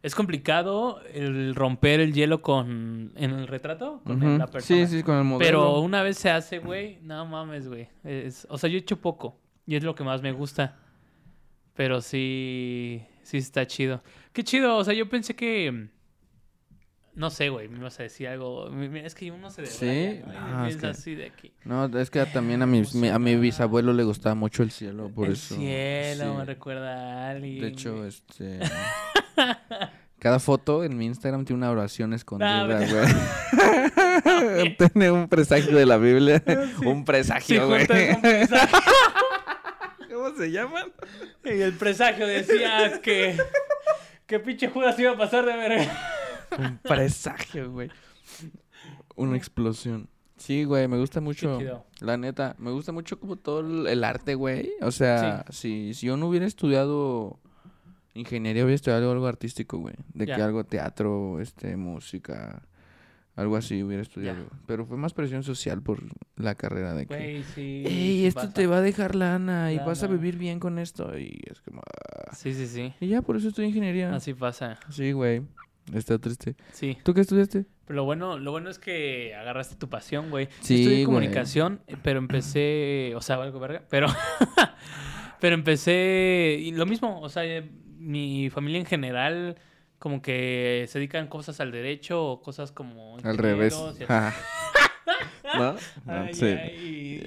S2: es complicado el romper el hielo con en el retrato, con
S3: Ujú.
S2: la persona.
S3: Sí, sí, con el modelo.
S2: pero una vez se hace, güey, no mames, güey. Es- o sea, yo he hecho poco y es lo que más me gusta. Pero sí, sí está chido. Qué chido, o sea, yo pensé que no sé, güey, me ibas a decir algo. Mi- mi- Es que uno se debraya,
S3: Sí,
S2: ¿no? Y
S3: no, es
S2: piensa
S3: que-
S2: así de aquí.
S3: No, es que también a mi, mi- a mi bisabuelo le gustaba mucho el cielo, por
S2: el
S3: eso.
S2: cielo
S3: sí.
S2: me recuerda a alguien.
S3: De hecho,
S2: güey. <laughs>
S3: este. Cada foto en mi Instagram tiene una oración escondida,
S2: No, pero- <laughs>
S3: güey. <laughs> tiene un presagio de la Biblia. Un
S2: Sí,
S3: presagio, güey.
S2: juntas
S3: <laughs>
S2: un presagio.
S3: ¿Cómo se llaman?
S2: Y el presagio decía que. Que pinche Judas iba a pasar de verga.
S3: Un presagio, güey. Una explosión. Sí, güey, me gusta mucho.
S2: Qué chido.
S3: La neta, me gusta mucho como todo el- el arte, güey. O sea, si, si yo no hubiera estudiado ingeniería, hubiera estudiado algo artístico, güey. De que
S2: Ya.
S3: algo teatro, este, música, algo así hubiera estudiado. Pero fue más presión social por la carrera de que...
S2: Güey, sí.
S3: Ey, esto
S2: pasa.
S3: te va a dejar lana y vas a
S2: Lana.
S3: vivir bien con esto. Y es como... ah.
S2: Sí, sí, sí.
S3: Y ya, por eso estudié ingeniería.
S2: Así pasa.
S3: Sí, güey. Está triste.
S2: Sí.
S3: ¿Tú qué estudiaste?
S2: Pero lo bueno, lo bueno es que agarraste tu pasión, güey.
S3: Sí,
S2: Yo estudié
S3: güey.
S2: comunicación, pero empecé, o sea, algo verga, pero <laughs> pero empecé y lo mismo, o sea, eh, mi familia en general como que se dedican cosas al derecho o cosas como
S3: Al revés.
S2: ingenieros y así. <laughs>
S3: Ajá. ¿No? No,
S2: Ay,
S3: sí.
S2: ay,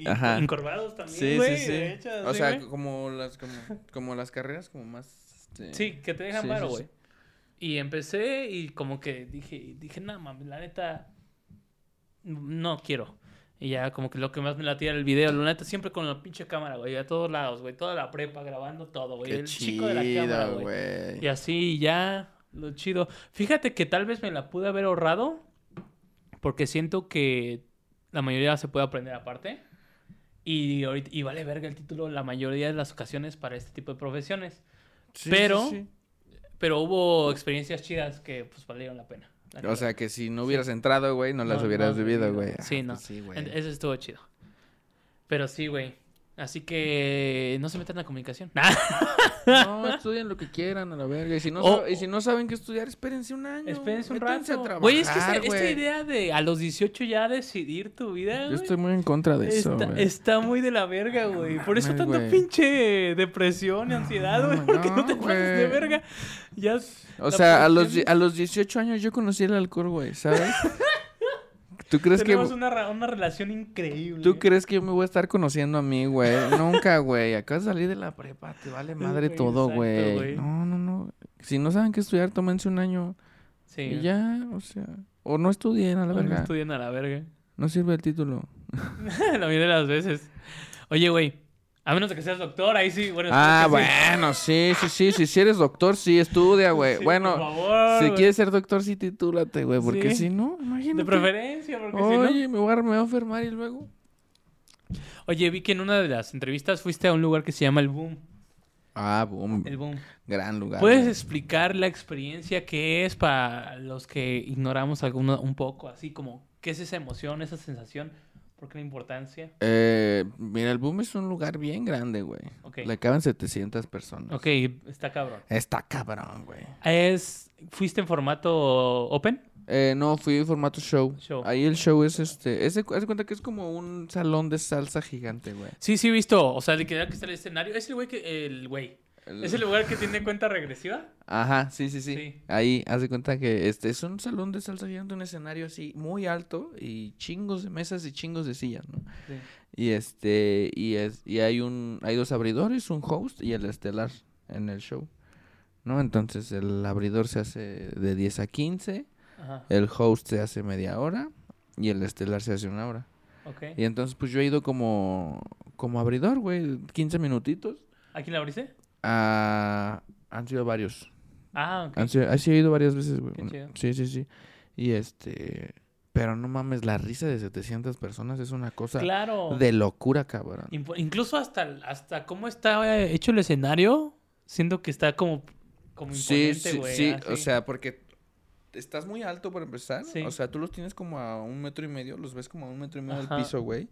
S2: y- y
S3: Ajá.
S2: encorvados también,
S3: Sí,
S2: güey,
S3: sí, sí.
S2: derechas,
S3: o
S2: sí,
S3: sea,
S2: güey.
S3: como las, como, como las carreras como más... este,
S2: Sí, que te dejan
S3: Sí,
S2: paro,
S3: sí,
S2: güey.
S3: sí.
S2: Y empecé y como que dije, dije, no mames, la neta, no quiero. Y ya como que lo que más me latía era el video, la neta, siempre con la pinche cámara, güey, a todos lados, güey, toda la prepa grabando todo, güey.
S3: Qué
S2: El chico de la cámara,
S3: chido,
S2: güey. Y
S3: güey.
S2: así ya, lo chido. Fíjate que tal vez me la pude haber ahorrado porque siento que la mayoría se puede aprender aparte. Y, ahorita, y vale verga el título la mayoría de las ocasiones para este tipo de profesiones.
S3: Sí,
S2: pero-
S3: sí,
S2: Pero hubo experiencias chidas que pues valieron la pena. la
S3: sí.
S2: neta.
S3: O sea, que si no hubieras entrado, güey, no las
S2: No,
S3: hubieras
S2: no,
S3: vivido,
S2: no.
S3: güey. Ah,
S2: Sí, no.
S3: pues Sí, güey.
S2: En- eso estuvo chido. Pero sí, güey. Así que no se metan en la comunicación. <laughs>
S3: No, estudian lo que quieran a la verga. Y si no,
S2: O-
S3: sa- y si no saben qué estudiar, espérense un año.
S2: Espérense un
S3: Métanse a
S2: rato.
S3: trabajar,
S2: Güey, es que esta, esta
S3: güey.
S2: idea de a los 18 ya decidir tu vida,
S3: Yo
S2: güey,
S3: estoy muy en contra de eso,
S2: está,
S3: güey.
S2: está muy de la verga, güey. Por eso
S3: mames,
S2: tanta
S3: güey.
S2: pinche depresión y ansiedad,
S3: No,
S2: güey.
S3: no,
S2: porque no te pases de
S3: güey.
S2: verga. Ya s-
S3: O
S2: la
S3: sea, a los,
S2: presión-
S3: die- a los 18 años yo conocí el alcohol, güey,
S2: <laughs>
S3: ¿sabes? ¿Tú crees que
S2: tenemos una, ra- una relación increíble.
S3: tú crees que yo me voy a estar conociendo a mí, güey? Nunca, güey. Acabas de salir de la prepa, te vale madre
S2: Güey,
S3: todo,
S2: exacto, güey.
S3: güey. No, no, no. Si no saben qué estudiar, tómense un año
S2: Sí.
S3: y ya, o sea, o no estudien a
S2: No,
S3: la
S2: no
S3: verga. No,
S2: estudian a la verga. <laughs>
S3: sirve el título.
S2: la mayoría de las veces. Oye, güey. A menos de que seas doctor, ahí sí. Bueno,
S3: Ah,
S2: espero que sí.
S3: bueno, sí, sí, sí, sí, si eres doctor, sí estudia, güey.
S2: Sí,
S3: bueno,
S2: por favor,
S3: si
S2: güey.
S3: quieres ser doctor, sí titúlate, güey, porque
S2: Sí.
S3: si no, imagínate.
S2: De preferencia, porque si no.
S3: Oye, me, voy a, me voy a enfermar y luego.
S2: Oye, vi que en una de las entrevistas fuiste a un lugar que se llama El Boom.
S3: Ah, boom.
S2: El Boom.
S3: Gran lugar.
S2: ¿Puedes
S3: güey.
S2: explicar la experiencia que es para los que ignoramos alguno, un poco? Así como, ¿qué es esa emoción, esa sensación? ¿Por qué la importancia?
S3: Eh, mira, el boom es un lugar bien grande, güey.
S2: Ok.
S3: Le caben 700 personas.
S2: Ok, está cabrón.
S3: Está cabrón, güey.
S2: ¿Es, ¿Fuiste en formato open?
S3: Eh, no, fui en formato show.
S2: Show.
S3: Ahí el show es este. Es de, haz de cuenta que es como un salón de salsa gigante, güey.
S2: Sí, sí, he visto. O sea, de que era que está el escenario. ¿Es el güey que... el güey? ¿Es el lugar que tiene cuenta regresiva?
S3: Ajá, sí, sí, sí,
S2: Sí.
S3: Ahí, haz de cuenta que este es un salón de salsa gigante, un escenario así muy alto y chingos de mesas y chingos de sillas, ¿no?
S2: Sí.
S3: Y este, y es, y hay un, hay dos abridores, un host y el estelar en el show, ¿no? Entonces el abridor se hace de 10 a 15,
S2: Ajá.
S3: el host se hace media hora y el estelar se hace una hora.
S2: Ok.
S3: Y entonces pues yo he ido como, como abridor, güey, 15 minutitos.
S2: ¿A quién la abriste?
S3: Ah, han sido varios.
S2: Ah, ok.
S3: Han sido- así he ido varias veces, güey.
S2: Qué chido.
S3: Sí, sí, sí. Y este... Pero no mames, la risa de 700 personas es una cosa
S2: Claro.
S3: de locura, cabrón.
S2: Impo- Incluso hasta, hasta cómo está eh, hecho el escenario, siento que está como, como
S3: Sí,
S2: imponente,
S3: sí,
S2: güey,
S3: sí.
S2: así.
S3: O sea, porque estás muy alto para empezar.
S2: Sí.
S3: O sea, tú los tienes como a un metro y medio, los ves como a un metro y medio
S2: Ajá.
S3: del piso, güey.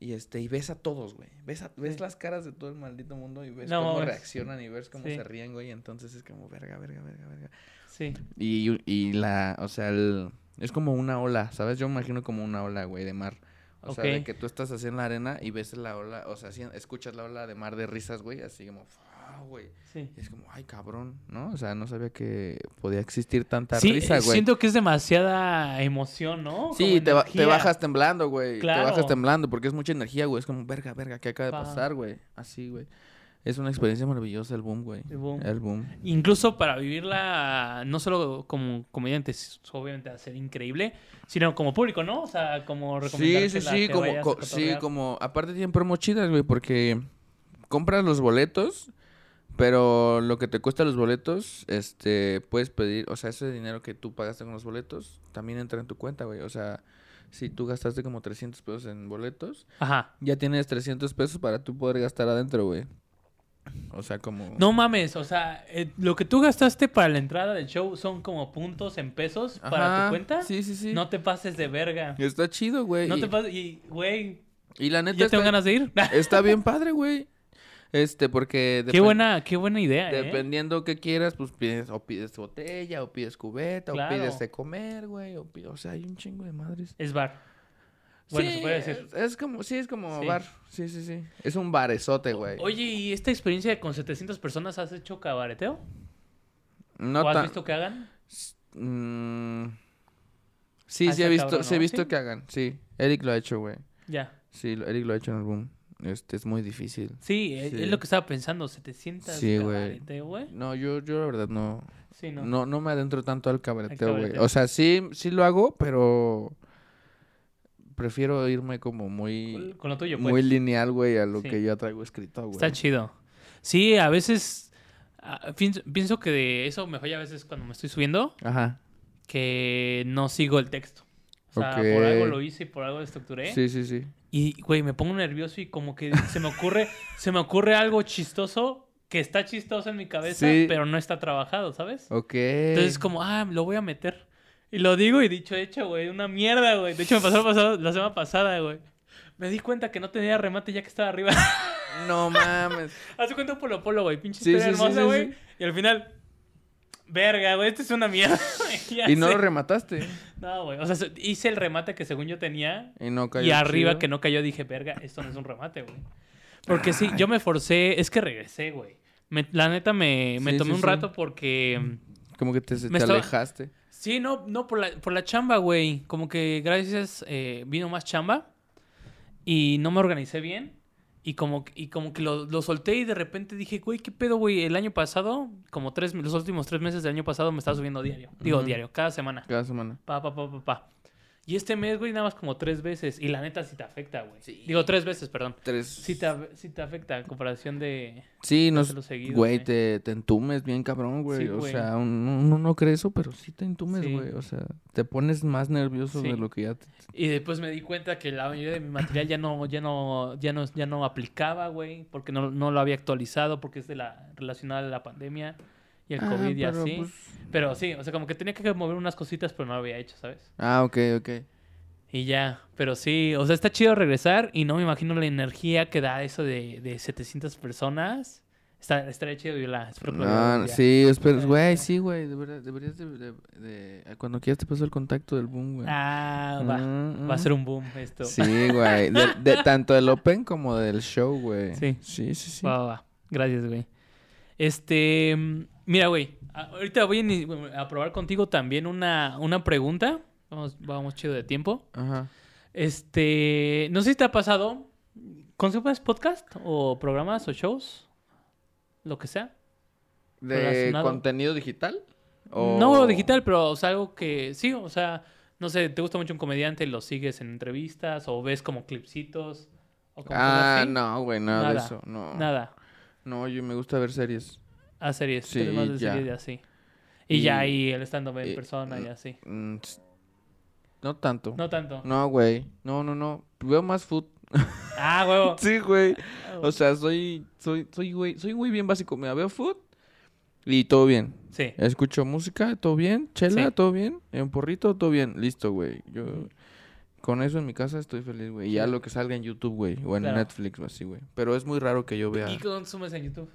S3: Y este, y ves a todos, güey. Ves, a- ves
S2: Sí.
S3: las caras de todo el maldito mundo y ves
S2: No
S3: cómo
S2: mames.
S3: reaccionan y ves cómo
S2: Sí.
S3: se ríen, güey. Entonces es como verga, verga, verga, verga.
S2: Sí.
S3: Y, y la, o sea, el- es como una ola, ¿sabes? Yo me imagino como una ola, güey, de mar. O sea,
S2: Ok.
S3: de que tú estás así en la arena y ves la ola, o sea, así escuchas la ola de mar de risas, güey, así como, "Fua", güey.
S2: Sí.
S3: Y es como, ay, cabrón, ¿no? O sea, no sabía que podía existir tanta
S2: Sí,
S3: risa,
S2: eh,
S3: güey.
S2: siento que es demasiada emoción, ¿no?
S3: Sí,
S2: Como
S3: te, ba-
S2: energía.
S3: te bajas temblando, güey. Te
S2: Claro.
S3: bajas temblando porque es mucha energía, güey. Es como, verga, verga, ¿qué acaba de
S2: Pa.
S3: pasar, güey? Así, güey. Es una experiencia maravillosa el boom, güey.
S2: El boom.
S3: El boom.
S2: Incluso para vivirla, no solo como comediante, s- obviamente va a ser increíble, sino como público, ¿no? O sea, como
S3: Sí,
S2: recomendarte
S3: sí,
S2: la
S3: sí,
S2: que
S3: como,
S2: vayas a
S3: co- sí,
S2: cotorrear.
S3: como, aparte tienen promos chidas, güey, porque compras los boletos, pero lo que te cuesta los boletos, este, puedes pedir, o sea, ese dinero que tú pagaste con los boletos, también entra en tu cuenta, güey, o sea, si tú gastaste como 300 pesos en boletos,
S2: Ajá.
S3: ya tienes 300 pesos para tú poder gastar adentro, güey. O sea, como...
S2: No mames, o sea, eh, lo que tú gastaste para la entrada del show son como puntos en pesos para
S3: Ajá,
S2: tu cuenta.
S3: Sí, sí, sí.
S2: No te pases de verga.
S3: Está chido, güey.
S2: No
S3: y,
S2: te pases. Y, güey,
S3: y la neta
S2: ya tengo
S3: está,
S2: ganas de
S3: <laughs>
S2: ir. <laughs>
S3: está bien padre, güey. Este, porque...
S2: qué,
S3: depende-
S2: buena, qué buena idea, ¿eh?
S3: Dependiendo que quieras, pues pides o pides botella, o pides cubeta,
S2: Claro.
S3: o pides de comer, güey, o, pi- o sea, hay un chingo de madres.
S2: Es bar. Bueno,
S3: Sí,
S2: se puede decir.
S3: Es, es como, sí, es como
S2: Sí.
S3: bar. Sí, sí, sí. Es un barezote, güey.
S2: Oye, ¿y esta experiencia con 700 personas has hecho cabareteo?
S3: no
S2: ¿O has
S3: tan-
S2: visto que hagan?
S3: Mm,
S2: Ah,
S3: Sí, sí
S2: está
S3: he visto,
S2: cabrón,
S3: sí he
S2: ¿no?
S3: visto
S2: Sí.
S3: que hagan, sí. Eric lo ha hecho, güey.
S2: Ya.
S3: Sí, lo- Eric lo ha hecho en el boom. Este es muy difícil.
S2: Sí, eh, es-
S3: Sí.
S2: es lo que estaba pensando. 700
S3: Sí, güey.
S2: cabareteo, güey.
S3: No, yo, yo la verdad no,
S2: Sí, ¿Eh? no.
S3: no, no, me adentro tanto al cabareteo, güey.
S2: cabareteo.
S3: O sea, sí, sí lo hago, pero prefiero irme como muy
S2: Con- Con lo tuyo, pues.
S3: muy lineal, güey, a lo
S2: Sí.
S3: que yo traigo escrito, güey.
S2: Está chido. Sí, a veces... ah, pienso, pienso que de eso me falla a veces cuando me estoy subiendo
S3: Ajá.
S2: que no sigo el texto. O sea,
S3: Ok.
S2: por algo lo hice y por algo lo estructuré.
S3: Sí, sí, sí.
S2: Y, güey, me pongo nervioso y como que se me
S3: <laughs>
S2: ocurre, se me ocurre algo chistoso que está chistoso en mi cabeza,
S3: Sí.
S2: pero no está trabajado, ¿sabes?
S3: Ok.
S2: Entonces como, ah, lo voy a meter. Y lo digo y dicho hecho, güey, una mierda, güey. De hecho, me pasó la pasada- la semana pasada, güey. Me di cuenta que no tenía remate ya que estaba arriba. <laughs>
S3: No mames.
S2: Hace cuenta Polo Polo, güey. Pinche
S3: Sí,
S2: historia
S3: sí, sí,
S2: hermosa,
S3: sí,
S2: güey.
S3: sí.
S2: Y al final. Verga, güey, esto es una mierda. <laughs> Ya
S3: Y no
S2: sé.
S3: lo remataste.
S2: No, güey. O sea, se- hice el remate que según yo tenía.
S3: Y no cayó.
S2: y arriba
S3: chido.
S2: que no cayó, dije, verga, esto no es un remate, güey. Porque sí, yo me forcé. Es que regresé, güey. Me- la neta me, me
S3: Sí,
S2: tomé
S3: sí,
S2: un
S3: sí.
S2: rato porque.
S3: Como que te, te
S2: Me estaba-
S3: alejaste.
S2: Sí, no, no, por la, por la chamba, güey. Como que gracias eh, vino más chamba y no me organicé bien. Y como, y como que lo, lo solté y de repente dije, güey, ¿qué pedo, güey? El año pasado, como tres, los últimos tres meses del año pasado me estaba subiendo diario. Digo,
S3: Ujú.
S2: diario, cada semana.
S3: Cada semana.
S2: Pa, pa, pa, pa, pa. Y este mes, güey, nada más como tres veces. Y la neta sí te afecta, güey.
S3: Sí.
S2: Digo, tres veces, perdón.
S3: Tres.
S2: Sí te, af- sí te afecta en comparación de...
S3: Sí, no,
S2: Dáselo seguido,
S3: güey,
S2: güey.
S3: te, te entumes bien cabrón, güey.
S2: Sí,
S3: o
S2: güey.
S3: sea, un- uno no cree eso, pero sí te entumes,
S2: Sí.
S3: güey. O sea, te pones más nervioso
S2: Sí.
S3: de lo que ya te...
S2: Y después me di cuenta que la mayoría de mi material ya no, ya no, ya no, ya no aplicaba, güey, porque no, no lo había actualizado, porque es de la relacionada a la pandemia y el
S3: Ah,
S2: COVID y
S3: pero,
S2: así.
S3: pues-
S2: Pero sí, o sea, como que tenía que mover unas cositas, pero no lo había hecho, ¿sabes?
S3: Ah, ok, ok.
S2: Y ya, pero sí, o sea, está chido regresar y no me imagino la energía que da eso de, de 700 personas. Está, estaría chido viola. Espero que lo
S3: No,
S2: vean un
S3: no,
S2: día.
S3: sí, espero-
S2: Sí,
S3: güey,
S2: sí.
S3: sí, güey, de verdad, deberías de, de- de- Cuando quieras te paso el contacto del boom, güey.
S2: Ah, va.
S3: Mm,
S2: Va a ser
S3: mm.
S2: un boom esto.
S3: Sí, güey, de,
S2: <laughs>
S3: de tanto del open como del show, güey.
S2: Sí.
S3: Sí, sí, sí.
S2: Va, va, va. Gracias, güey. Este, mm, mira, güey, a- ahorita voy a ini- a, probar contigo también una, una pregunta. Vamos, vamos chido de tiempo.
S3: Ajá.
S2: Este, no sé si te ha pasado, ¿consumes podcast o programas o shows? Lo que sea.
S3: ¿De
S2: Relacionado.
S3: contenido digital?
S2: No
S3: ¿O-
S2: digital, pero o sea, algo que sí, o sea, no sé, te gusta mucho un comediante, lo sigues en entrevistas o ves como clipsitos o como cosas
S3: Ah,
S2: así.
S3: no, güey, nada, de
S2: Nada,
S3: eso, no.
S2: Nada.
S3: No, yo me gusta ver series.
S2: A series,
S3: Sí,
S2: sí, más de
S3: ya.
S2: series y así. Y, ya
S3: Y-
S2: ahí el stand-up en
S3: y-
S2: persona y
S3: mm,
S2: así.
S3: Mm, ts- No tanto.
S2: No tanto.
S3: No, güey. No, no, no. Veo más food.
S2: Ah, huevo.
S3: <laughs> Sí, güey. <laughs> O sea, soy, soy, soy, güey, soy muy bien básico. Mira, veo food y todo bien.
S2: Sí.
S3: Escucho música, todo bien. Chela,
S2: Sí.
S3: todo bien. eh, Un porrito, todo bien. Listo, güey. Yo con eso en mi casa estoy feliz, güey. Y ya
S2: Sí.
S3: lo que salga en YouTube, güey. O en
S2: Claro.
S3: Netflix o así, güey. Pero es muy raro que yo vea
S2: ¿Y qué consumes en YouTube?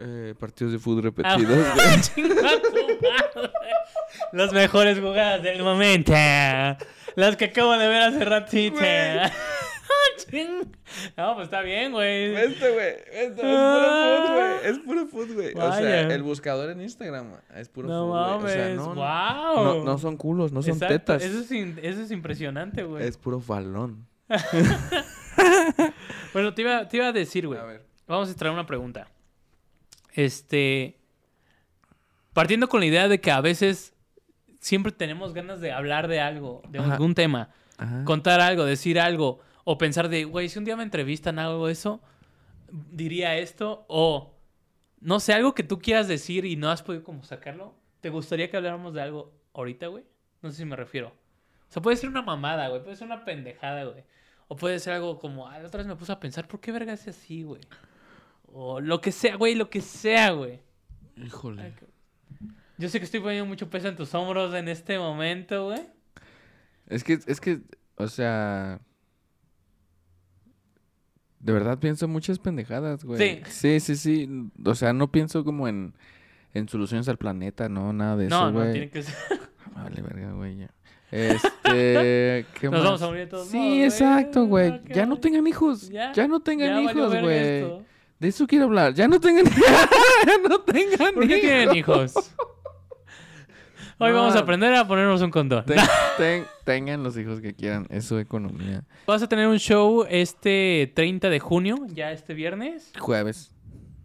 S3: eh, partidos de
S2: <laughs>
S3: food
S2: Ah,
S3: repetidos, güey.
S2: chinga tu madre. Las mejores jugadas del momento. Las que acabo de ver hace ratito. <laughs>
S3: Güey.
S2: Ching. no, pues está bien, güey.
S3: Esto, güey. Esto
S2: Ah.
S3: es puro food, güey. Es puro food, güey. O
S2: Vaya.
S3: sea, el buscador en Instagram es puro
S2: No
S3: food, güey. O
S2: mames.
S3: sea, no, no-
S2: wow.
S3: no, no son culos, no son
S2: Exacto,
S3: tetas.
S2: Eso es, in- eso es impresionante, güey.
S3: Es puro balón.
S2: Bueno, te iba, te iba a decir, güey.
S3: A ver.
S2: Vamos a traer una pregunta. Este. Partiendo con la idea de que a veces siempre tenemos ganas de hablar de algo, de
S3: Ajá.
S2: algún tema,
S3: Ajá.
S2: contar algo, decir algo, o pensar de, güey, si un día me entrevistan, hago eso, diría esto, o no sé, algo que tú quieras decir y no has podido como sacarlo. ¿Te gustaría que habláramos de algo ahorita, güey? No sé si me refiero. O sea, puede ser una mamada, güey, puede ser una pendejada, güey. O puede ser algo como, ah, la otra vez me puse a pensar, ¿por qué verga es así, güey? O lo que sea, güey, lo que sea, güey.
S3: Híjole.
S2: Yo sé que estoy poniendo mucho peso en tus hombros en este momento, güey.
S3: Es que, es que, o sea. De verdad pienso muchas pendejadas, güey. Sí. Sí, sí, sí. O sea, no pienso como en, en soluciones al planeta, no, nada de
S2: No,
S3: eso,
S2: no,
S3: güey. Ah,
S2: tiene que ser.
S3: Vale, verga, güey, ya.
S2: <laughs>
S3: Este, ¿qué
S2: Nos
S3: más?
S2: vamos a morir de todos
S3: Sí,
S2: modos, güey.
S3: exacto,
S2: Ah,
S3: güey.
S2: qué
S3: Ya no
S2: vale.
S3: tengan hijos.
S2: Ya,
S3: Ya, no tengan
S2: Ya valió
S3: hijos,
S2: verga
S3: güey.
S2: esto.
S3: De eso quiero hablar. Ya no tengan <laughs> ya
S2: <laughs>
S3: no tengan
S2: ¿Por qué
S3: hijos.
S2: tienen hijos?
S3: <laughs>
S2: Hoy vamos a
S3: No.
S2: aprender a ponernos un condón.
S3: Ten- ten- tengan los hijos que quieran. Es su economía.
S2: Vas a tener un show este 30 de junio, ya este viernes.
S3: Jueves.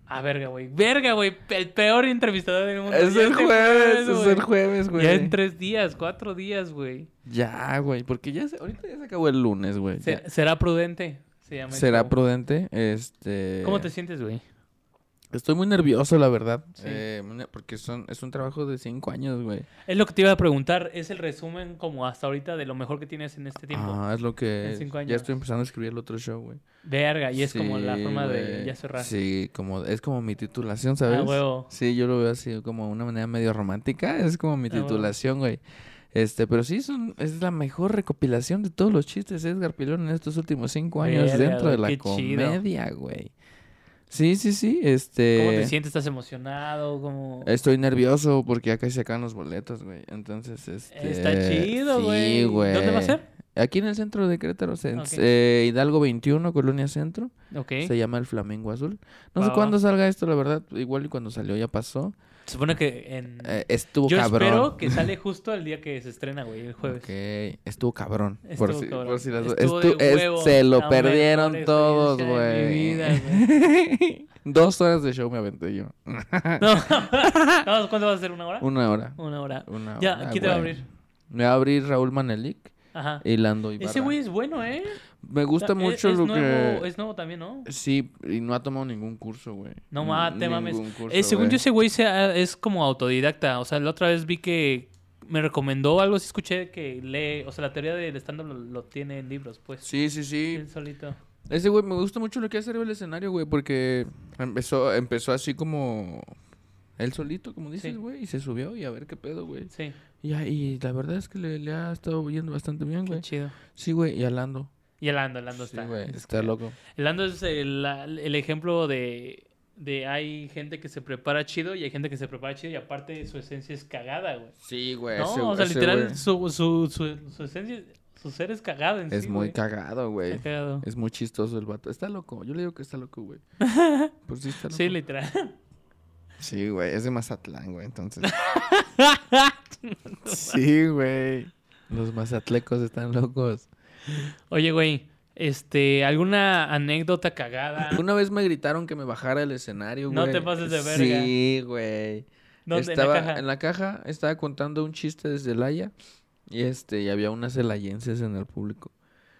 S2: Ah, verga, güey. Verga, güey. El peor entrevistador del mundo.
S3: Es
S2: Ya
S3: el
S2: este
S3: jueves, es
S2: güey.
S3: el jueves, güey.
S2: Ya en tres días, cuatro días, güey.
S3: Ya, güey. Porque ya se- ahorita ya se acabó el lunes, güey.
S2: Se-
S3: Ya.
S2: Será prudente. se llama el
S3: Será
S2: show.
S3: prudente. Este.
S2: ¿Cómo te sientes, güey?
S3: Estoy muy nervioso, la verdad.
S2: Sí.
S3: Eh, muy ne- porque son, es un trabajo de cinco años, güey.
S2: Es lo que te iba a preguntar. Es el resumen como hasta ahorita de lo mejor que tienes en este tiempo.
S3: Ah, es lo que.
S2: En
S3: es.
S2: cinco
S3: Ya
S2: años.
S3: estoy empezando a escribir el otro show, güey.
S2: Verga, y es como la
S3: Sí,
S2: forma de
S3: güey.
S2: ya cerrar. Ah,
S3: Sí, como, es como mi titulación, ¿sabes?
S2: huevo.
S3: Sí, yo lo veo así como una manera medio romántica. Es como mi
S2: Ah, huevo.
S3: titulación, güey. Este, pero sí, son, es la mejor recopilación de todos los chistes de Edgar Pilón en estos últimos cinco años
S1: Verga,
S3: dentro de
S1: güey,
S3: la
S1: qué chido.
S3: comedia, güey. Sí, sí, sí, este...
S1: ¿Cómo te sientes? ¿Estás emocionado? ¿Cómo...
S3: Estoy nervioso porque ya casi se acaban los boletos, güey. Entonces, este...
S1: Está chido,
S3: Sí,
S1: güey.
S3: güey.
S2: ¿Dónde va a ser?
S3: Aquí en el centro de Querétaro, se-
S1: Ok.
S3: eh, Hidalgo 21, Colonia Centro.
S1: Ok.
S3: Se llama El Flamengo Azul. No
S1: Va,
S3: sé
S1: va.
S3: cuándo salga esto, la verdad. Igual y cuando salió ya pasó.
S1: Se supone que en...
S3: Eh, estuvo
S2: Yo
S3: cabrón.
S2: espero
S1: que sale justo el día que se estrena, güey, el jueves.
S3: Ok, estuvo cabrón. por
S1: Estuvo
S3: si,
S1: cabrón.
S3: por si las-
S2: Estuvo
S3: estu-
S2: de
S3: es-
S2: huevo.
S3: se lo
S1: La
S3: perdieron
S1: mejor
S3: todos,
S1: experiencia de mi
S3: güey.
S1: vida,
S3: <laughs> Dos horas de show me aventé yo.
S2: Ah. No. <laughs> No, ¿Cuánto va a ser? ¿Una hora?
S3: Una hora.
S2: Una hora.
S3: Una
S2: Ya,
S3: hora,
S2: ¿quién te va a
S3: güey.
S2: abrir?
S3: Me va a abrir Raúl Manelik
S2: Ajá.
S3: y Lando Ibarra.
S2: Ese güey es bueno, ¿eh?
S3: Me gusta
S2: O sea, es-
S3: mucho
S2: es
S3: lo
S2: nuevo-
S3: que...
S2: Es nuevo también, ¿no?
S3: Sí, y no ha tomado ningún curso, güey.
S2: No
S3: Ni-
S2: ma- te mames.
S3: ningún curso,
S2: Eh, según
S3: güey.
S2: yo, ese güey se ha- es como autodidacta. O sea, la otra vez vi que me recomendó algo. Sí, escuché que lee. O sea, la teoría del stand lo, lo tiene en libros, pues.
S3: Sí, sí, sí.
S2: Él solito.
S3: Ese güey me gusta mucho lo que hace arriba del escenario, güey, porque empezó, empezó así como él solito, como dices,
S2: Sí.
S3: güey, y se subió y a ver qué pedo, güey.
S2: Sí,
S3: Y, a- y la verdad es que le, le ha estado yendo bastante bien,
S2: qué
S3: güey.
S2: chido.
S3: Sí, güey, y alando.
S2: Y el Ando, el Ando
S3: Sí,
S2: está.
S3: güey,
S2: es
S3: está
S2: que-
S3: loco.
S2: El Ando es el, el ejemplo de, de hay gente que se prepara chido y hay gente que se prepara chido y aparte su esencia es cagada, güey.
S3: Sí, güey.
S2: No,
S3: ese-
S2: o sea,
S3: ese
S2: literal,
S3: güey
S2: su, su, su, su esencia, su ser es cagado en
S3: Es
S2: sí,
S3: muy
S2: güey.
S3: cagado, güey.
S2: Está cagado.
S3: Es muy chistoso el vato. Está loco. Yo le digo que está loco,
S2: <laughs>
S3: güey. Por si está loco.
S2: Sí, literal.
S3: Sí, güey, es de Mazatlán,
S2: <laughs>
S3: güey, entonces. sí, güey. Los mazatlecos están locos.
S2: Oye, güey, este, ¿alguna anécdota cagada?
S3: <laughs> Una vez me gritaron que me bajara del escenario,
S2: No
S3: güey.
S2: te pases de
S3: Sí, güey.
S2: ¿Dónde?
S3: Estaba
S2: en la caja.
S3: caja, estaba contando un chiste desde el Haya y este y había unas elayenses en el público.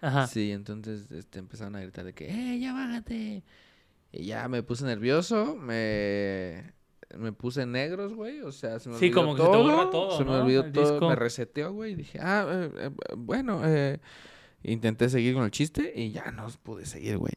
S2: Ajá.
S3: Sí, entonces este empezaron a gritar de que, "Eh, ya bájate." Y ya me puse nervioso, me me puse negros, güey, o sea, se me
S2: Sí,
S3: olvidó
S2: como que se te
S3: todo,
S2: borra todo,
S3: se me
S2: ¿no?
S3: olvidó
S2: El
S3: todo,
S2: disco.
S3: me reseteó, güey, y dije, "Ah, eh, eh, bueno, eh, intenté seguir con el chiste y ya no pude seguir, güey."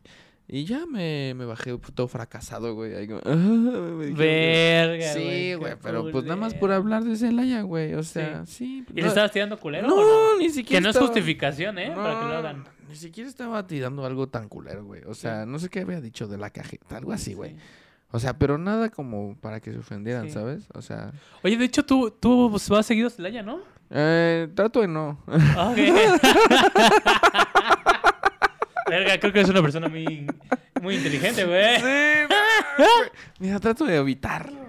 S3: Y ya me, me bajé todo fracasado, güey. Ahí como, <laughs> "Ah", me dijeron que-
S2: Verga,
S3: Sí,
S2: qué
S3: güey, pero pues nada más por
S2: culero.
S3: hablar de Celaya, güey. O sea, sí. pues,
S2: ¿Y le estabas tirando culero?
S3: no,
S2: o no?
S3: ni siquiera.
S2: Que no es
S3: estaba-
S2: justificación, ¿eh? Para que lo
S3: No,
S2: hagan.
S3: Ni siquiera estaba tirando algo tan culero, güey. O sea, no sé qué había dicho de la cajeta, algo así, güey. O sea, pero nada como para que se ofendieran,
S2: Sí.
S3: ¿sabes? O sea,
S2: Oye, de hecho, tú, tú pues, vas seguido a Celaya, ¿no? Ah,
S3: eh, trato
S2: <laughs>
S3: de no.
S2: Ok.
S3: <laughs>
S2: Verga, creo que eres una persona muy, muy inteligente, güey.
S3: <laughs> Mira, trato de evitarlo.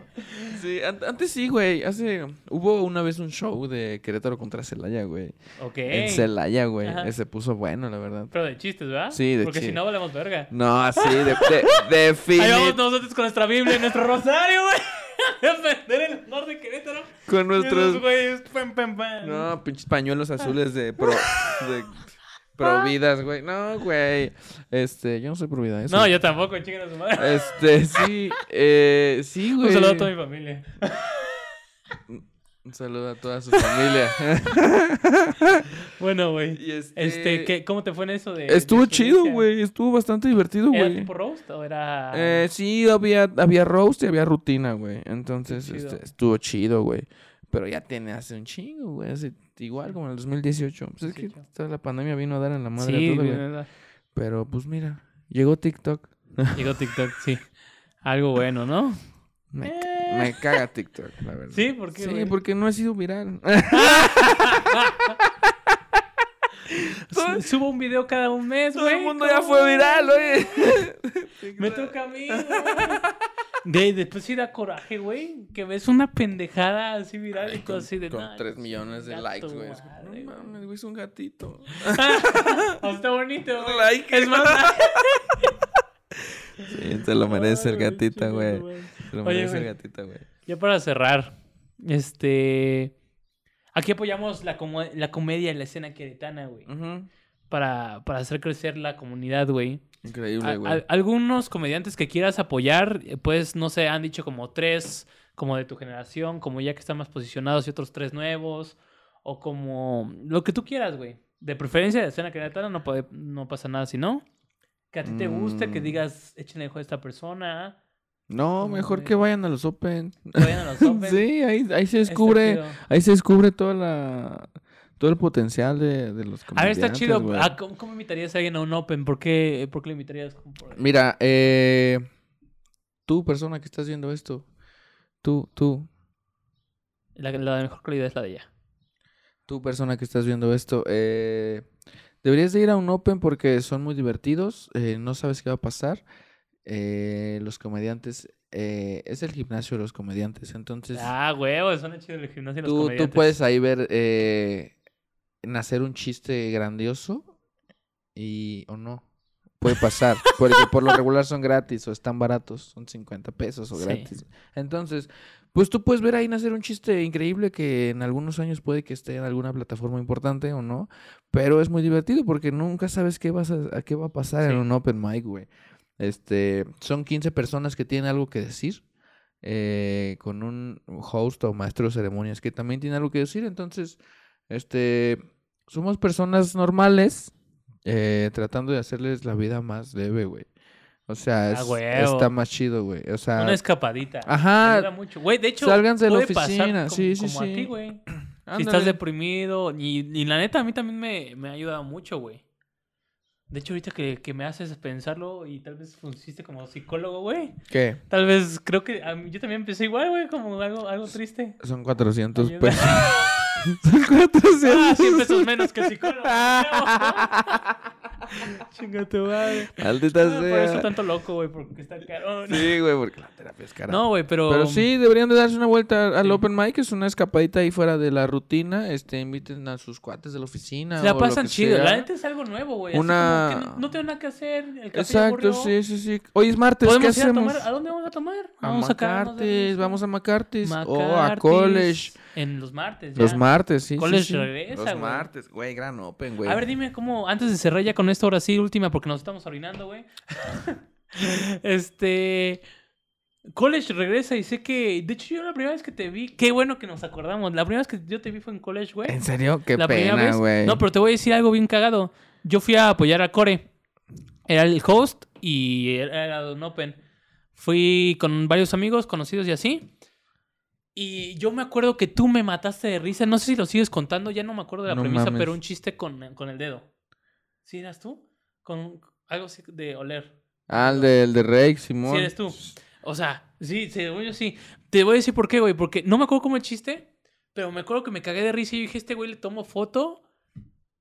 S3: Sí, an- antes sí, güey. Hace hubo una vez un show de Querétaro contra Celaya, güey.
S2: Ok.
S3: En Celaya, güey. Eh,
S2: Ajá.
S3: Se puso bueno, la verdad.
S2: Pero de chistes, ¿verdad?
S3: Sí, de
S2: Porque si
S3: chistes.
S2: no, valemos verga.
S3: No, así,
S2: <laughs>
S3: de, de, definit-
S2: Ahí vamos nosotros con nuestra Biblia y nuestro rosario, güey. <laughs> A perder el honor de Querétaro.
S3: Con
S2: Nuestros
S3: nuestros.
S2: güeyes. Pam, pam, pam.
S3: No, pinches
S2: Ah.
S3: pañuelos azules de
S2: <laughs>
S3: pro. De pro vidas, güey. No, güey. Este, yo no soy pro vida. eso.
S2: No, yo tampoco, chiquen a su madre.
S3: Este, sí. Eh, sí, güey.
S2: Un saludo a toda mi familia.
S3: Un saludo a toda
S2: <laughs>
S3: su familia. <laughs>
S2: Bueno, güey.
S3: Y este.
S2: Este, ¿qué, ¿cómo te fue en eso de. de
S3: Estuvo chido,
S2: experiencia?
S3: güey. Estuvo bastante divertido,
S2: ¿Era
S3: güey.
S2: tipo roast o era.?
S3: Eh, sí, había, había roast y había rutina, güey. Entonces,
S2: Qué chido.
S3: este, estuvo chido, güey. Pero ya tiene hace un chingo, güey. Hace igual como en el 2018. Pues es que
S2: 18.
S3: toda la pandemia vino a dar en la madre
S2: sí,
S3: a todo,
S2: güey,
S3: güey.
S2: nada.
S3: Pero pues mira, llegó TikTok.
S2: Llegó TikTok, sí. Algo bueno, ¿no?
S3: <laughs> Me,
S2: Eh.
S3: me caga TikTok, la verdad.
S2: Sí, ¿por qué,
S3: Sí,
S2: güey?
S3: porque no ha
S2: <laughs>
S3: sido viral.
S2: Su- Eh, pues, Subo un video cada un mes,
S3: Todo
S2: güey.
S3: el mundo
S2: ¿cómo
S3: ya fue
S2: ves?
S3: viral, oye.
S2: <laughs> Me toca a mí, güey. eh, <laughs> De, después sí da coraje, güey. Que ves una pendejada así viral y todo así de
S3: Con
S2: nada,
S3: 3
S2: pues,
S3: millones de
S2: chinga
S3: likes,
S2: tu
S3: güey. Es
S2: madre,
S3: como,
S2: güey.
S3: No mames, güey, es un gatito.
S2: <laughs> Ah, está bonito, güey.
S3: <laughs> Like.
S2: Es más.
S3: Sí, se lo merece el
S2: Ay,
S3: gatito,
S2: chinga tu
S3: güey.
S2: madre.
S3: Se lo
S2: Oye,
S3: merece el
S2: güey.
S3: gatito, güey.
S2: Ya para cerrar, este. Aquí apoyamos la, como- la comedia en la escena queretana, güey.
S3: Mm.
S2: Para, para hacer crecer la comunidad, güey.
S3: Increíble,
S2: A- a-
S3: güey.
S2: algunos comediantes que quieras apoyar, eh, pues no sé, han dicho como tres, como de tu generación, como ya que están más posicionados y otros tres nuevos, o como lo que tú quieras, güey. De preferencia de escena creativa, no, puede- no pasa nada si no. Que a ti te guste, que
S3: Mm.
S2: digas, échenle ojo a esta persona,
S3: No,
S2: No,
S3: mejor
S2: güey.
S3: que vayan a los Open.
S2: Vayan a los Open.
S3: <laughs> Sí, ahí, ahí se
S2: Está
S3: descubre,
S2: chido.
S3: ahí se descubre toda la, todo el potencial de, de los
S2: A ver, está
S3: comediantes,
S2: chido.
S3: güey.
S2: Ah, ¿cómo, cómo invitarías a alguien a un Open? ¿Por qué, por qué le invitarías? Como por-
S3: Mira, eh, tú persona que estás viendo esto, tú, tú,
S2: La, la de mejor calidad es la de ella.
S3: tú persona que estás viendo esto, eh, deberías de ir a un Open porque son muy divertidos, eh, no sabes qué va a pasar. eh, los comediantes, eh, es el gimnasio de los comediantes, entonces
S2: Ah, huevo, suena chido el gimnasio y los
S3: tú, tú
S2: comediantes.
S3: puedes ahí ver eh, nacer un chiste grandioso y o no. Puede pasar, porque por lo regular son gratis o están baratos, son 50 pesos o
S2: Sí.
S3: gratis. Entonces, pues tú puedes ver ahí nacer un chiste increíble que en algunos años puede que esté en alguna plataforma importante o no, pero es muy divertido porque nunca sabes qué vas a, a qué va a pasar en
S2: Sí.
S3: un open mic, güey. Este, son 15 personas que tienen algo que decir eh, con un host o maestro de ceremonias que también tiene algo que decir. Entonces, este, somos personas normales eh, tratando de hacerles la vida más leve, güey. O sea,
S2: A
S3: es-
S2: huevo.
S3: está más chido, güey. O sea,
S2: Una escapadita.
S3: Ajá.
S2: Ayuda mucho. Güey, de hecho,
S3: Ah, Sálganse de la
S2: puede pasar
S3: oficina,
S2: como-
S3: sí, sí,
S2: como
S3: sí.
S2: a ti, güey. Si
S3: ándale.
S2: estás deprimido. Y, y la neta, a mí también me, me ha ayudado mucho, güey. De hecho, ahorita que, que me haces pensarlo y tal vez funciste como psicólogo, güey.
S3: ¿Qué?
S2: Tal vez, creo que a mí- yo también empecé igual, güey, como algo, algo triste.
S3: Son 400
S2: Ayuda.
S3: pesos. <laughs> Son 400
S2: Ah, 100 pesos menos que el
S3: <laughs>
S2: psicólogo. Chinga tu madre.
S3: Maldita
S2: Ah, Por
S3: sea.
S2: eso tanto loco, güey, porque está caro.
S3: eh, Sí, güey, porque la terapia es cara.
S2: No, güey, pero...
S3: Pero sí, deberían de darse una vuelta al
S2: Sí.
S3: Open Mic, es una escapadita ahí fuera de la rutina. Este, inviten a sus cuates de la oficina.
S2: Se la
S3: Ah, o lo
S2: pasan
S3: que
S2: chido.
S3: sea.
S2: La neta es algo nuevo, güey. así
S3: Una-
S2: como que no, no tengo nada que hacer. El café ya
S3: Exacto,
S2: aburrió.
S3: sí, sí, sí. Hoy es martes, ¿qué
S2: ¿Podemos ir a
S3: hacemos?
S2: tomar? ¿A dónde vamos a tomar?
S3: A
S2: acá, no sé,
S3: Macartes,
S2: sí.
S3: vamos a Macartes. O a
S2: Macartis,
S3: college.
S2: En los martes. ya.
S3: Los martes, sí. sí,
S2: College
S3: sí.
S2: regresa,
S3: Los
S2: güey.
S3: martes, güey, gran Open, güey.
S2: A ver, dime cómo, antes de cerrar ya con esto, ahora sí, última, porque nos estamos orinando, güey. <laughs> este. College regresa y sé que. De hecho, yo la primera vez que te vi, qué bueno que nos acordamos. La primera vez que yo te vi fue en college, güey.
S3: ¿En serio? Qué
S2: la primera
S3: pena,
S2: vez.
S3: güey.
S2: No, pero te voy a decir algo bien cagado. Yo fui a apoyar a Core. Era el host y era era un open. Fui con varios amigos, conocidos y así. Y yo me acuerdo que tú me mataste de risa. No sé si lo sigues contando, ya no me acuerdo de la
S3: No
S2: premisa,
S3: mames.
S2: pero un chiste con, con el dedo. ¿Sí eras tú? Con algo así de oler.
S3: Ah, el de, el de Rey, Simón.
S2: Sí eres tú. O sea, sí, según yo sí. Te voy a decir por qué, güey. Porque no me acuerdo cómo el chiste, pero me acuerdo que me cagué de risa y yo dije, este güey le tomo foto.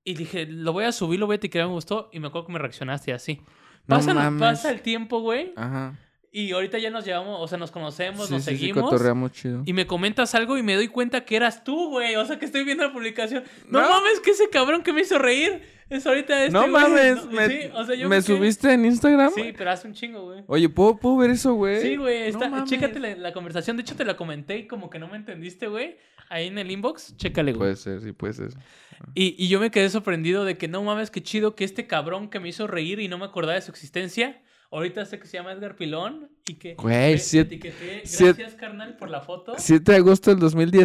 S2: Y dije, lo voy a subir, lo voy a etiquetar, me gustó. Y me acuerdo que me reaccionaste así.
S3: No
S2: Pasa,
S3: mames.
S2: pasa el tiempo, güey.
S3: Ajá.
S2: Y ahorita ya nos llevamos, o sea, nos conocemos,
S3: Sí,
S2: nos
S3: sí, sí,
S2: seguimos.
S3: cotorreamos chido.
S2: y me comentas algo y me doy cuenta que eras tú, güey. O sea, que estoy viendo la publicación. No,
S3: No.
S2: mames, que ese cabrón que me hizo reír es ahorita este
S3: no
S2: güey.
S3: mames,
S2: No,
S3: me,
S2: sí, o sea, yo
S3: ¿me
S2: me quedé-
S3: subiste en Instagram.
S2: Sí, pero hace un chingo, güey.
S3: Oye, ¿puedo, ¿puedo ver eso, güey?
S2: Sí, güey,
S3: No
S2: está,
S3: mames.
S2: chécate la, la conversación. De hecho, te la comenté y como que no me entendiste, güey. Ahí en el inbox, chécale, güey.
S3: Puede ser, sí, puede ser.
S2: Y, y yo me quedé sorprendido de que no mames, qué chido que este cabrón que me hizo reír y no me acordaba de su existencia. Ahorita sé que se llama Edgar Pilón y que.
S3: Güey,
S2: que
S3: siete-
S2: te etiqueté.
S3: siete-
S2: Gracias, carnal, por la foto.
S3: 7 de agosto del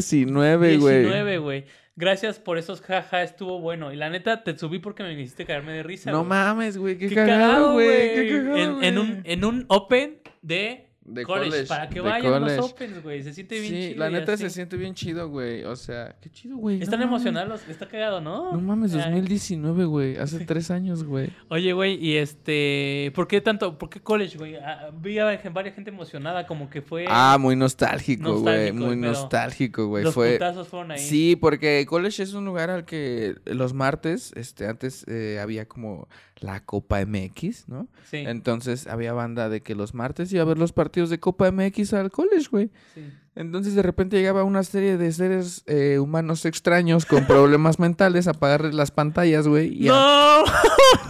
S3: 2019, güey.
S2: 19, güey. Gracias por esos jaja, estuvo bueno. Y la neta, te subí porque me hiciste caerme de risa.
S3: No
S2: güey.
S3: mames, güey, qué,
S2: Qué
S3: cagado, güey. Qué
S2: güey.
S3: cagado,
S2: En, en un,
S3: güey.
S2: en un open de,
S3: De
S2: college,
S3: college,
S2: Para que
S3: de
S2: vayan
S3: college.
S2: los opens, güey. Se siente bien
S3: Sí,
S2: chido
S3: la
S2: y
S3: neta
S2: así.
S3: se siente bien chido, güey. O sea, qué chido, güey.
S2: Están
S3: no mames.
S2: emocionados. Está cagado, ¿no?
S3: No mames,
S2: Ay.
S3: 2019, güey. Hace 3 años, güey.
S2: Oye, güey, y este... ¿Por qué tanto? ¿Por qué college, güey? Ah, Vi a varias gente emocionada, como que fue...
S3: Ah, muy nostálgico, güey.
S2: Nostálgico,
S3: Muy
S2: pero
S3: nostálgico, güey.
S2: los
S3: Fue.
S2: putazos fueron ahí.
S3: Sí, porque college es un lugar al que los martes, este, antes eh, había como la Copa MX, ¿no?
S2: Sí,
S3: Entonces había banda de que los martes iba a ver los partidos de Copa MX al college, güey.
S2: sí.
S3: Entonces de repente llegaba una serie de seres eh, humanos extraños con problemas <laughs> mentales a apagarles las pantallas, güey, y
S2: <laughs>
S3: a,
S2: ¡No!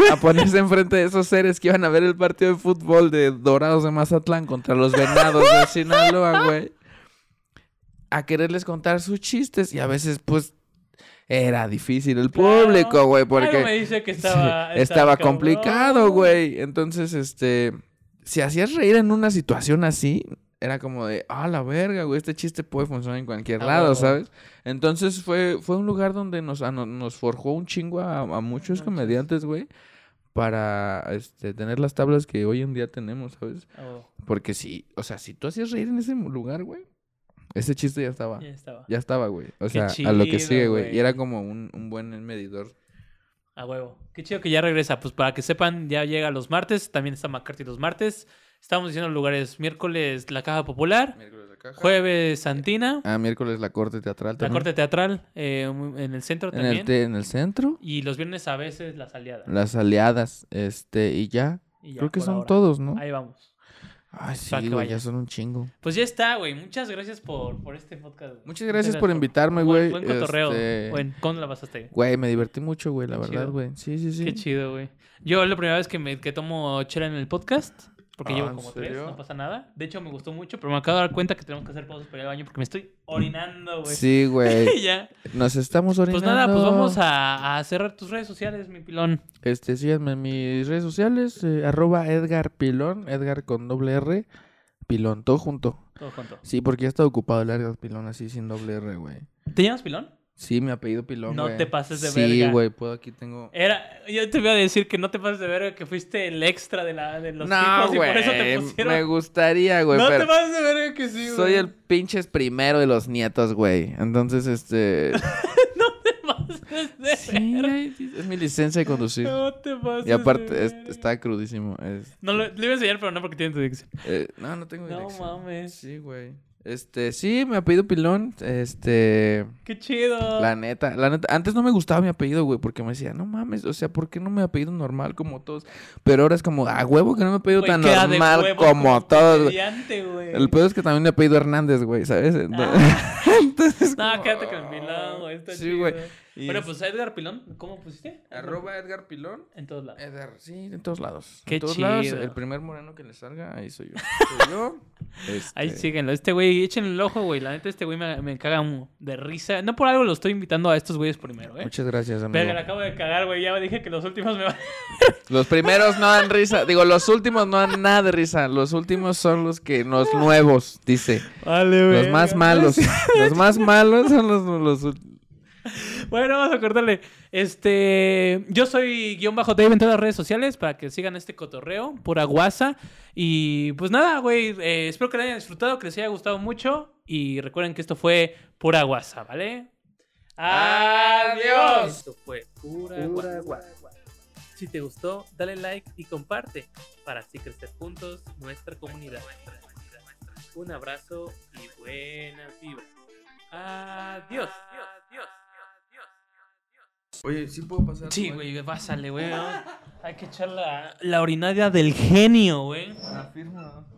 S3: a ponerse enfrente de esos seres que iban a ver el partido de fútbol de Dorados de Mazatlán contra los Venados de Sinaloa, güey. A quererles contar sus chistes y a veces pues era difícil el
S2: Claro.
S3: público, güey, porque
S2: Algo me dice que estaba...
S3: Sí, estaba
S2: cabrón.
S3: complicado, güey. Entonces, este, si hacías reír en una situación así, era como de, ah, la verga, güey, este chiste puede funcionar en cualquier
S2: Ah,
S3: lado,
S2: huevo.
S3: ¿sabes? Entonces fue, fue un lugar donde nos, a no- nos forjó un chingo a, a muchos
S2: Muchos.
S3: comediantes, güey. para este, tener las tablas que hoy en día tenemos, ¿sabes?
S2: Oh,
S3: Porque si, o sea, si tú hacías reír en ese lugar, güey, ese chiste ya estaba.
S2: ya estaba.
S3: Ya estaba, güey. O
S2: Qué
S3: sea, a lo que
S2: chido,
S3: sigue, güey.
S2: güey.
S3: Y era como un, un buen medidor.
S2: A Ah, huevo. Qué chido que ya regresa. Pues para que sepan, ya llega los martes. También está McCarthy los martes. Estamos diciendo lugares miércoles La Caja Popular,
S3: Miércoles la caja.
S2: jueves Santina,
S3: Ah, miércoles la corte teatral
S2: la
S3: también.
S2: Corte Teatral eh, mu- en el centro
S3: en el,
S2: también.
S3: te- en el centro.
S2: Y los viernes a veces Las Aliadas.
S3: Las aliadas, este, y ya.
S2: Y ya,
S3: Creo que
S2: por
S3: son
S2: ahora.
S3: todos, ¿no?
S2: Ahí vamos.
S3: Ay, sí,
S2: para que
S3: güey, ya
S2: vayas.
S3: son un chingo.
S2: Pues ya está, güey. Muchas gracias por, por este podcast. güey.
S3: Muchas gracias por invitarme,
S2: Buen-
S3: güey.
S2: Buen, cotorreo.
S3: Este,
S2: Buen- ¿Cómo la pasaste?
S3: Güey, me divertí mucho, güey, la
S2: Qué
S3: verdad,
S2: chido.
S3: güey. Sí, sí, sí.
S2: Qué chido, güey. Yo la primera vez que, me, que tomo chela en el podcast, porque
S3: Ah,
S2: llevo
S3: ¿en
S2: como tres,
S3: serio?
S2: no pasa nada. De hecho, me gustó mucho, pero me acabo de dar cuenta que tenemos que hacer pausas para ir al baño porque me estoy orinando, <laughs> güey.
S3: Sí, güey.
S2: ya.
S3: Nos estamos
S2: Pues
S3: orinando.
S2: nada, pues vamos a, a cerrar tus redes sociales, mi pilón.
S3: Este, síganme en mis redes sociales, eh, arroba Edgar Pilón, Edgar con doble R, Pilón, todo junto.
S2: Todo junto.
S3: Sí, porque ya está ocupado el área Pilón así sin doble R, güey.
S2: ¿Te llamas pilón?
S3: Sí, mi apellido Pilón,
S2: No
S3: güey.
S2: te pases de
S3: sí,
S2: verga.
S3: Sí, güey, puedo aquí tengo...
S2: Era, yo te voy a decir que no te pases de verga que fuiste el extra de, la, de los
S3: no,
S2: tipos y por eso te
S3: güey,
S2: pusieron.
S3: me gustaría, güey,
S2: no
S3: pero
S2: te pases de verga que sí, güey.
S3: soy el pinches primero de los nietos, güey. Entonces, este...
S2: <laughs> No te pases <laughs> de
S3: sí,
S2: verga.
S3: güey, sí, es mi licencia de conducir.
S2: No te pases
S3: Y aparte,
S2: de
S3: es-
S2: verga.
S3: está crudísimo. es-
S2: No, lo, le iba a enseñar, pero no porque tiene tu dicción.
S3: eh, no, no tengo
S2: No
S3: dirección.
S2: mames.
S3: Sí, güey. Este, sí, mi apellido Pilón, este...
S2: ¡Qué chido!
S3: La neta, la neta, antes no me gustaba mi apellido, güey, porque me decía, no mames, o sea, ¿por qué no me apellido normal como todos? Pero ahora es como, a huevo que no me apellido
S2: Güey,
S3: tan
S2: queda de
S3: normal
S2: huevo
S3: como todos, güey.
S2: comediante, güey. Ah,
S3: El pedo es que también me apellido Hernández, güey, ¿sabes? Entonces, <laughs> entonces
S2: No,
S3: como,
S2: quédate con el pilón, güey. Está
S3: Sí, güey.
S2: chido.
S3: Y
S2: Bueno,
S3: es-
S2: pues Edgar Pilón, ¿cómo pusiste?
S3: Arroba Edgar Pilón.
S2: En todos lados.
S3: Edgar, sí, en todos lados.
S2: Qué
S3: en todos lados,
S2: chido.
S3: el primer moreno que le salga, ahí soy yo. Soy yo. Este,
S2: <laughs> Ahí síguenlo. Este güey, échenle el ojo, güey. La neta, este güey me, me caga mu- de risa. No por algo lo estoy invitando a estos güeyes primero, ¿eh?
S3: Muchas gracias, amigo.
S2: Verga, la acabo de cagar, güey. Ya dije que los últimos me van.
S3: Los primeros no dan risa. Digo, los últimos no dan nada de risa. Los últimos son los que los nuevos, dice.
S2: Vale,
S3: Los más malos. Los más malos son los, los ul-
S2: <laughs> Bueno, vamos a cortarle. Este, yo soy guión bajo Dave en todas las redes sociales para que sigan este cotorreo, pura guasa. Y pues nada, güey, eh, espero que lo hayan disfrutado, que les haya gustado mucho. Y recuerden que esto fue pura guasa, ¿vale?
S3: ¡Adiós!
S1: Esto fue Pura, Guasa. Si te gustó, dale like y comparte para así crecer juntos nuestra comunidad. Un abrazo y buena vibra. Adiós.
S3: Oye, ¿sí puedo pasar?
S2: Sí, güey, pásale, güey. Hay que echar la, la orinada del genio, güey.
S3: La firma.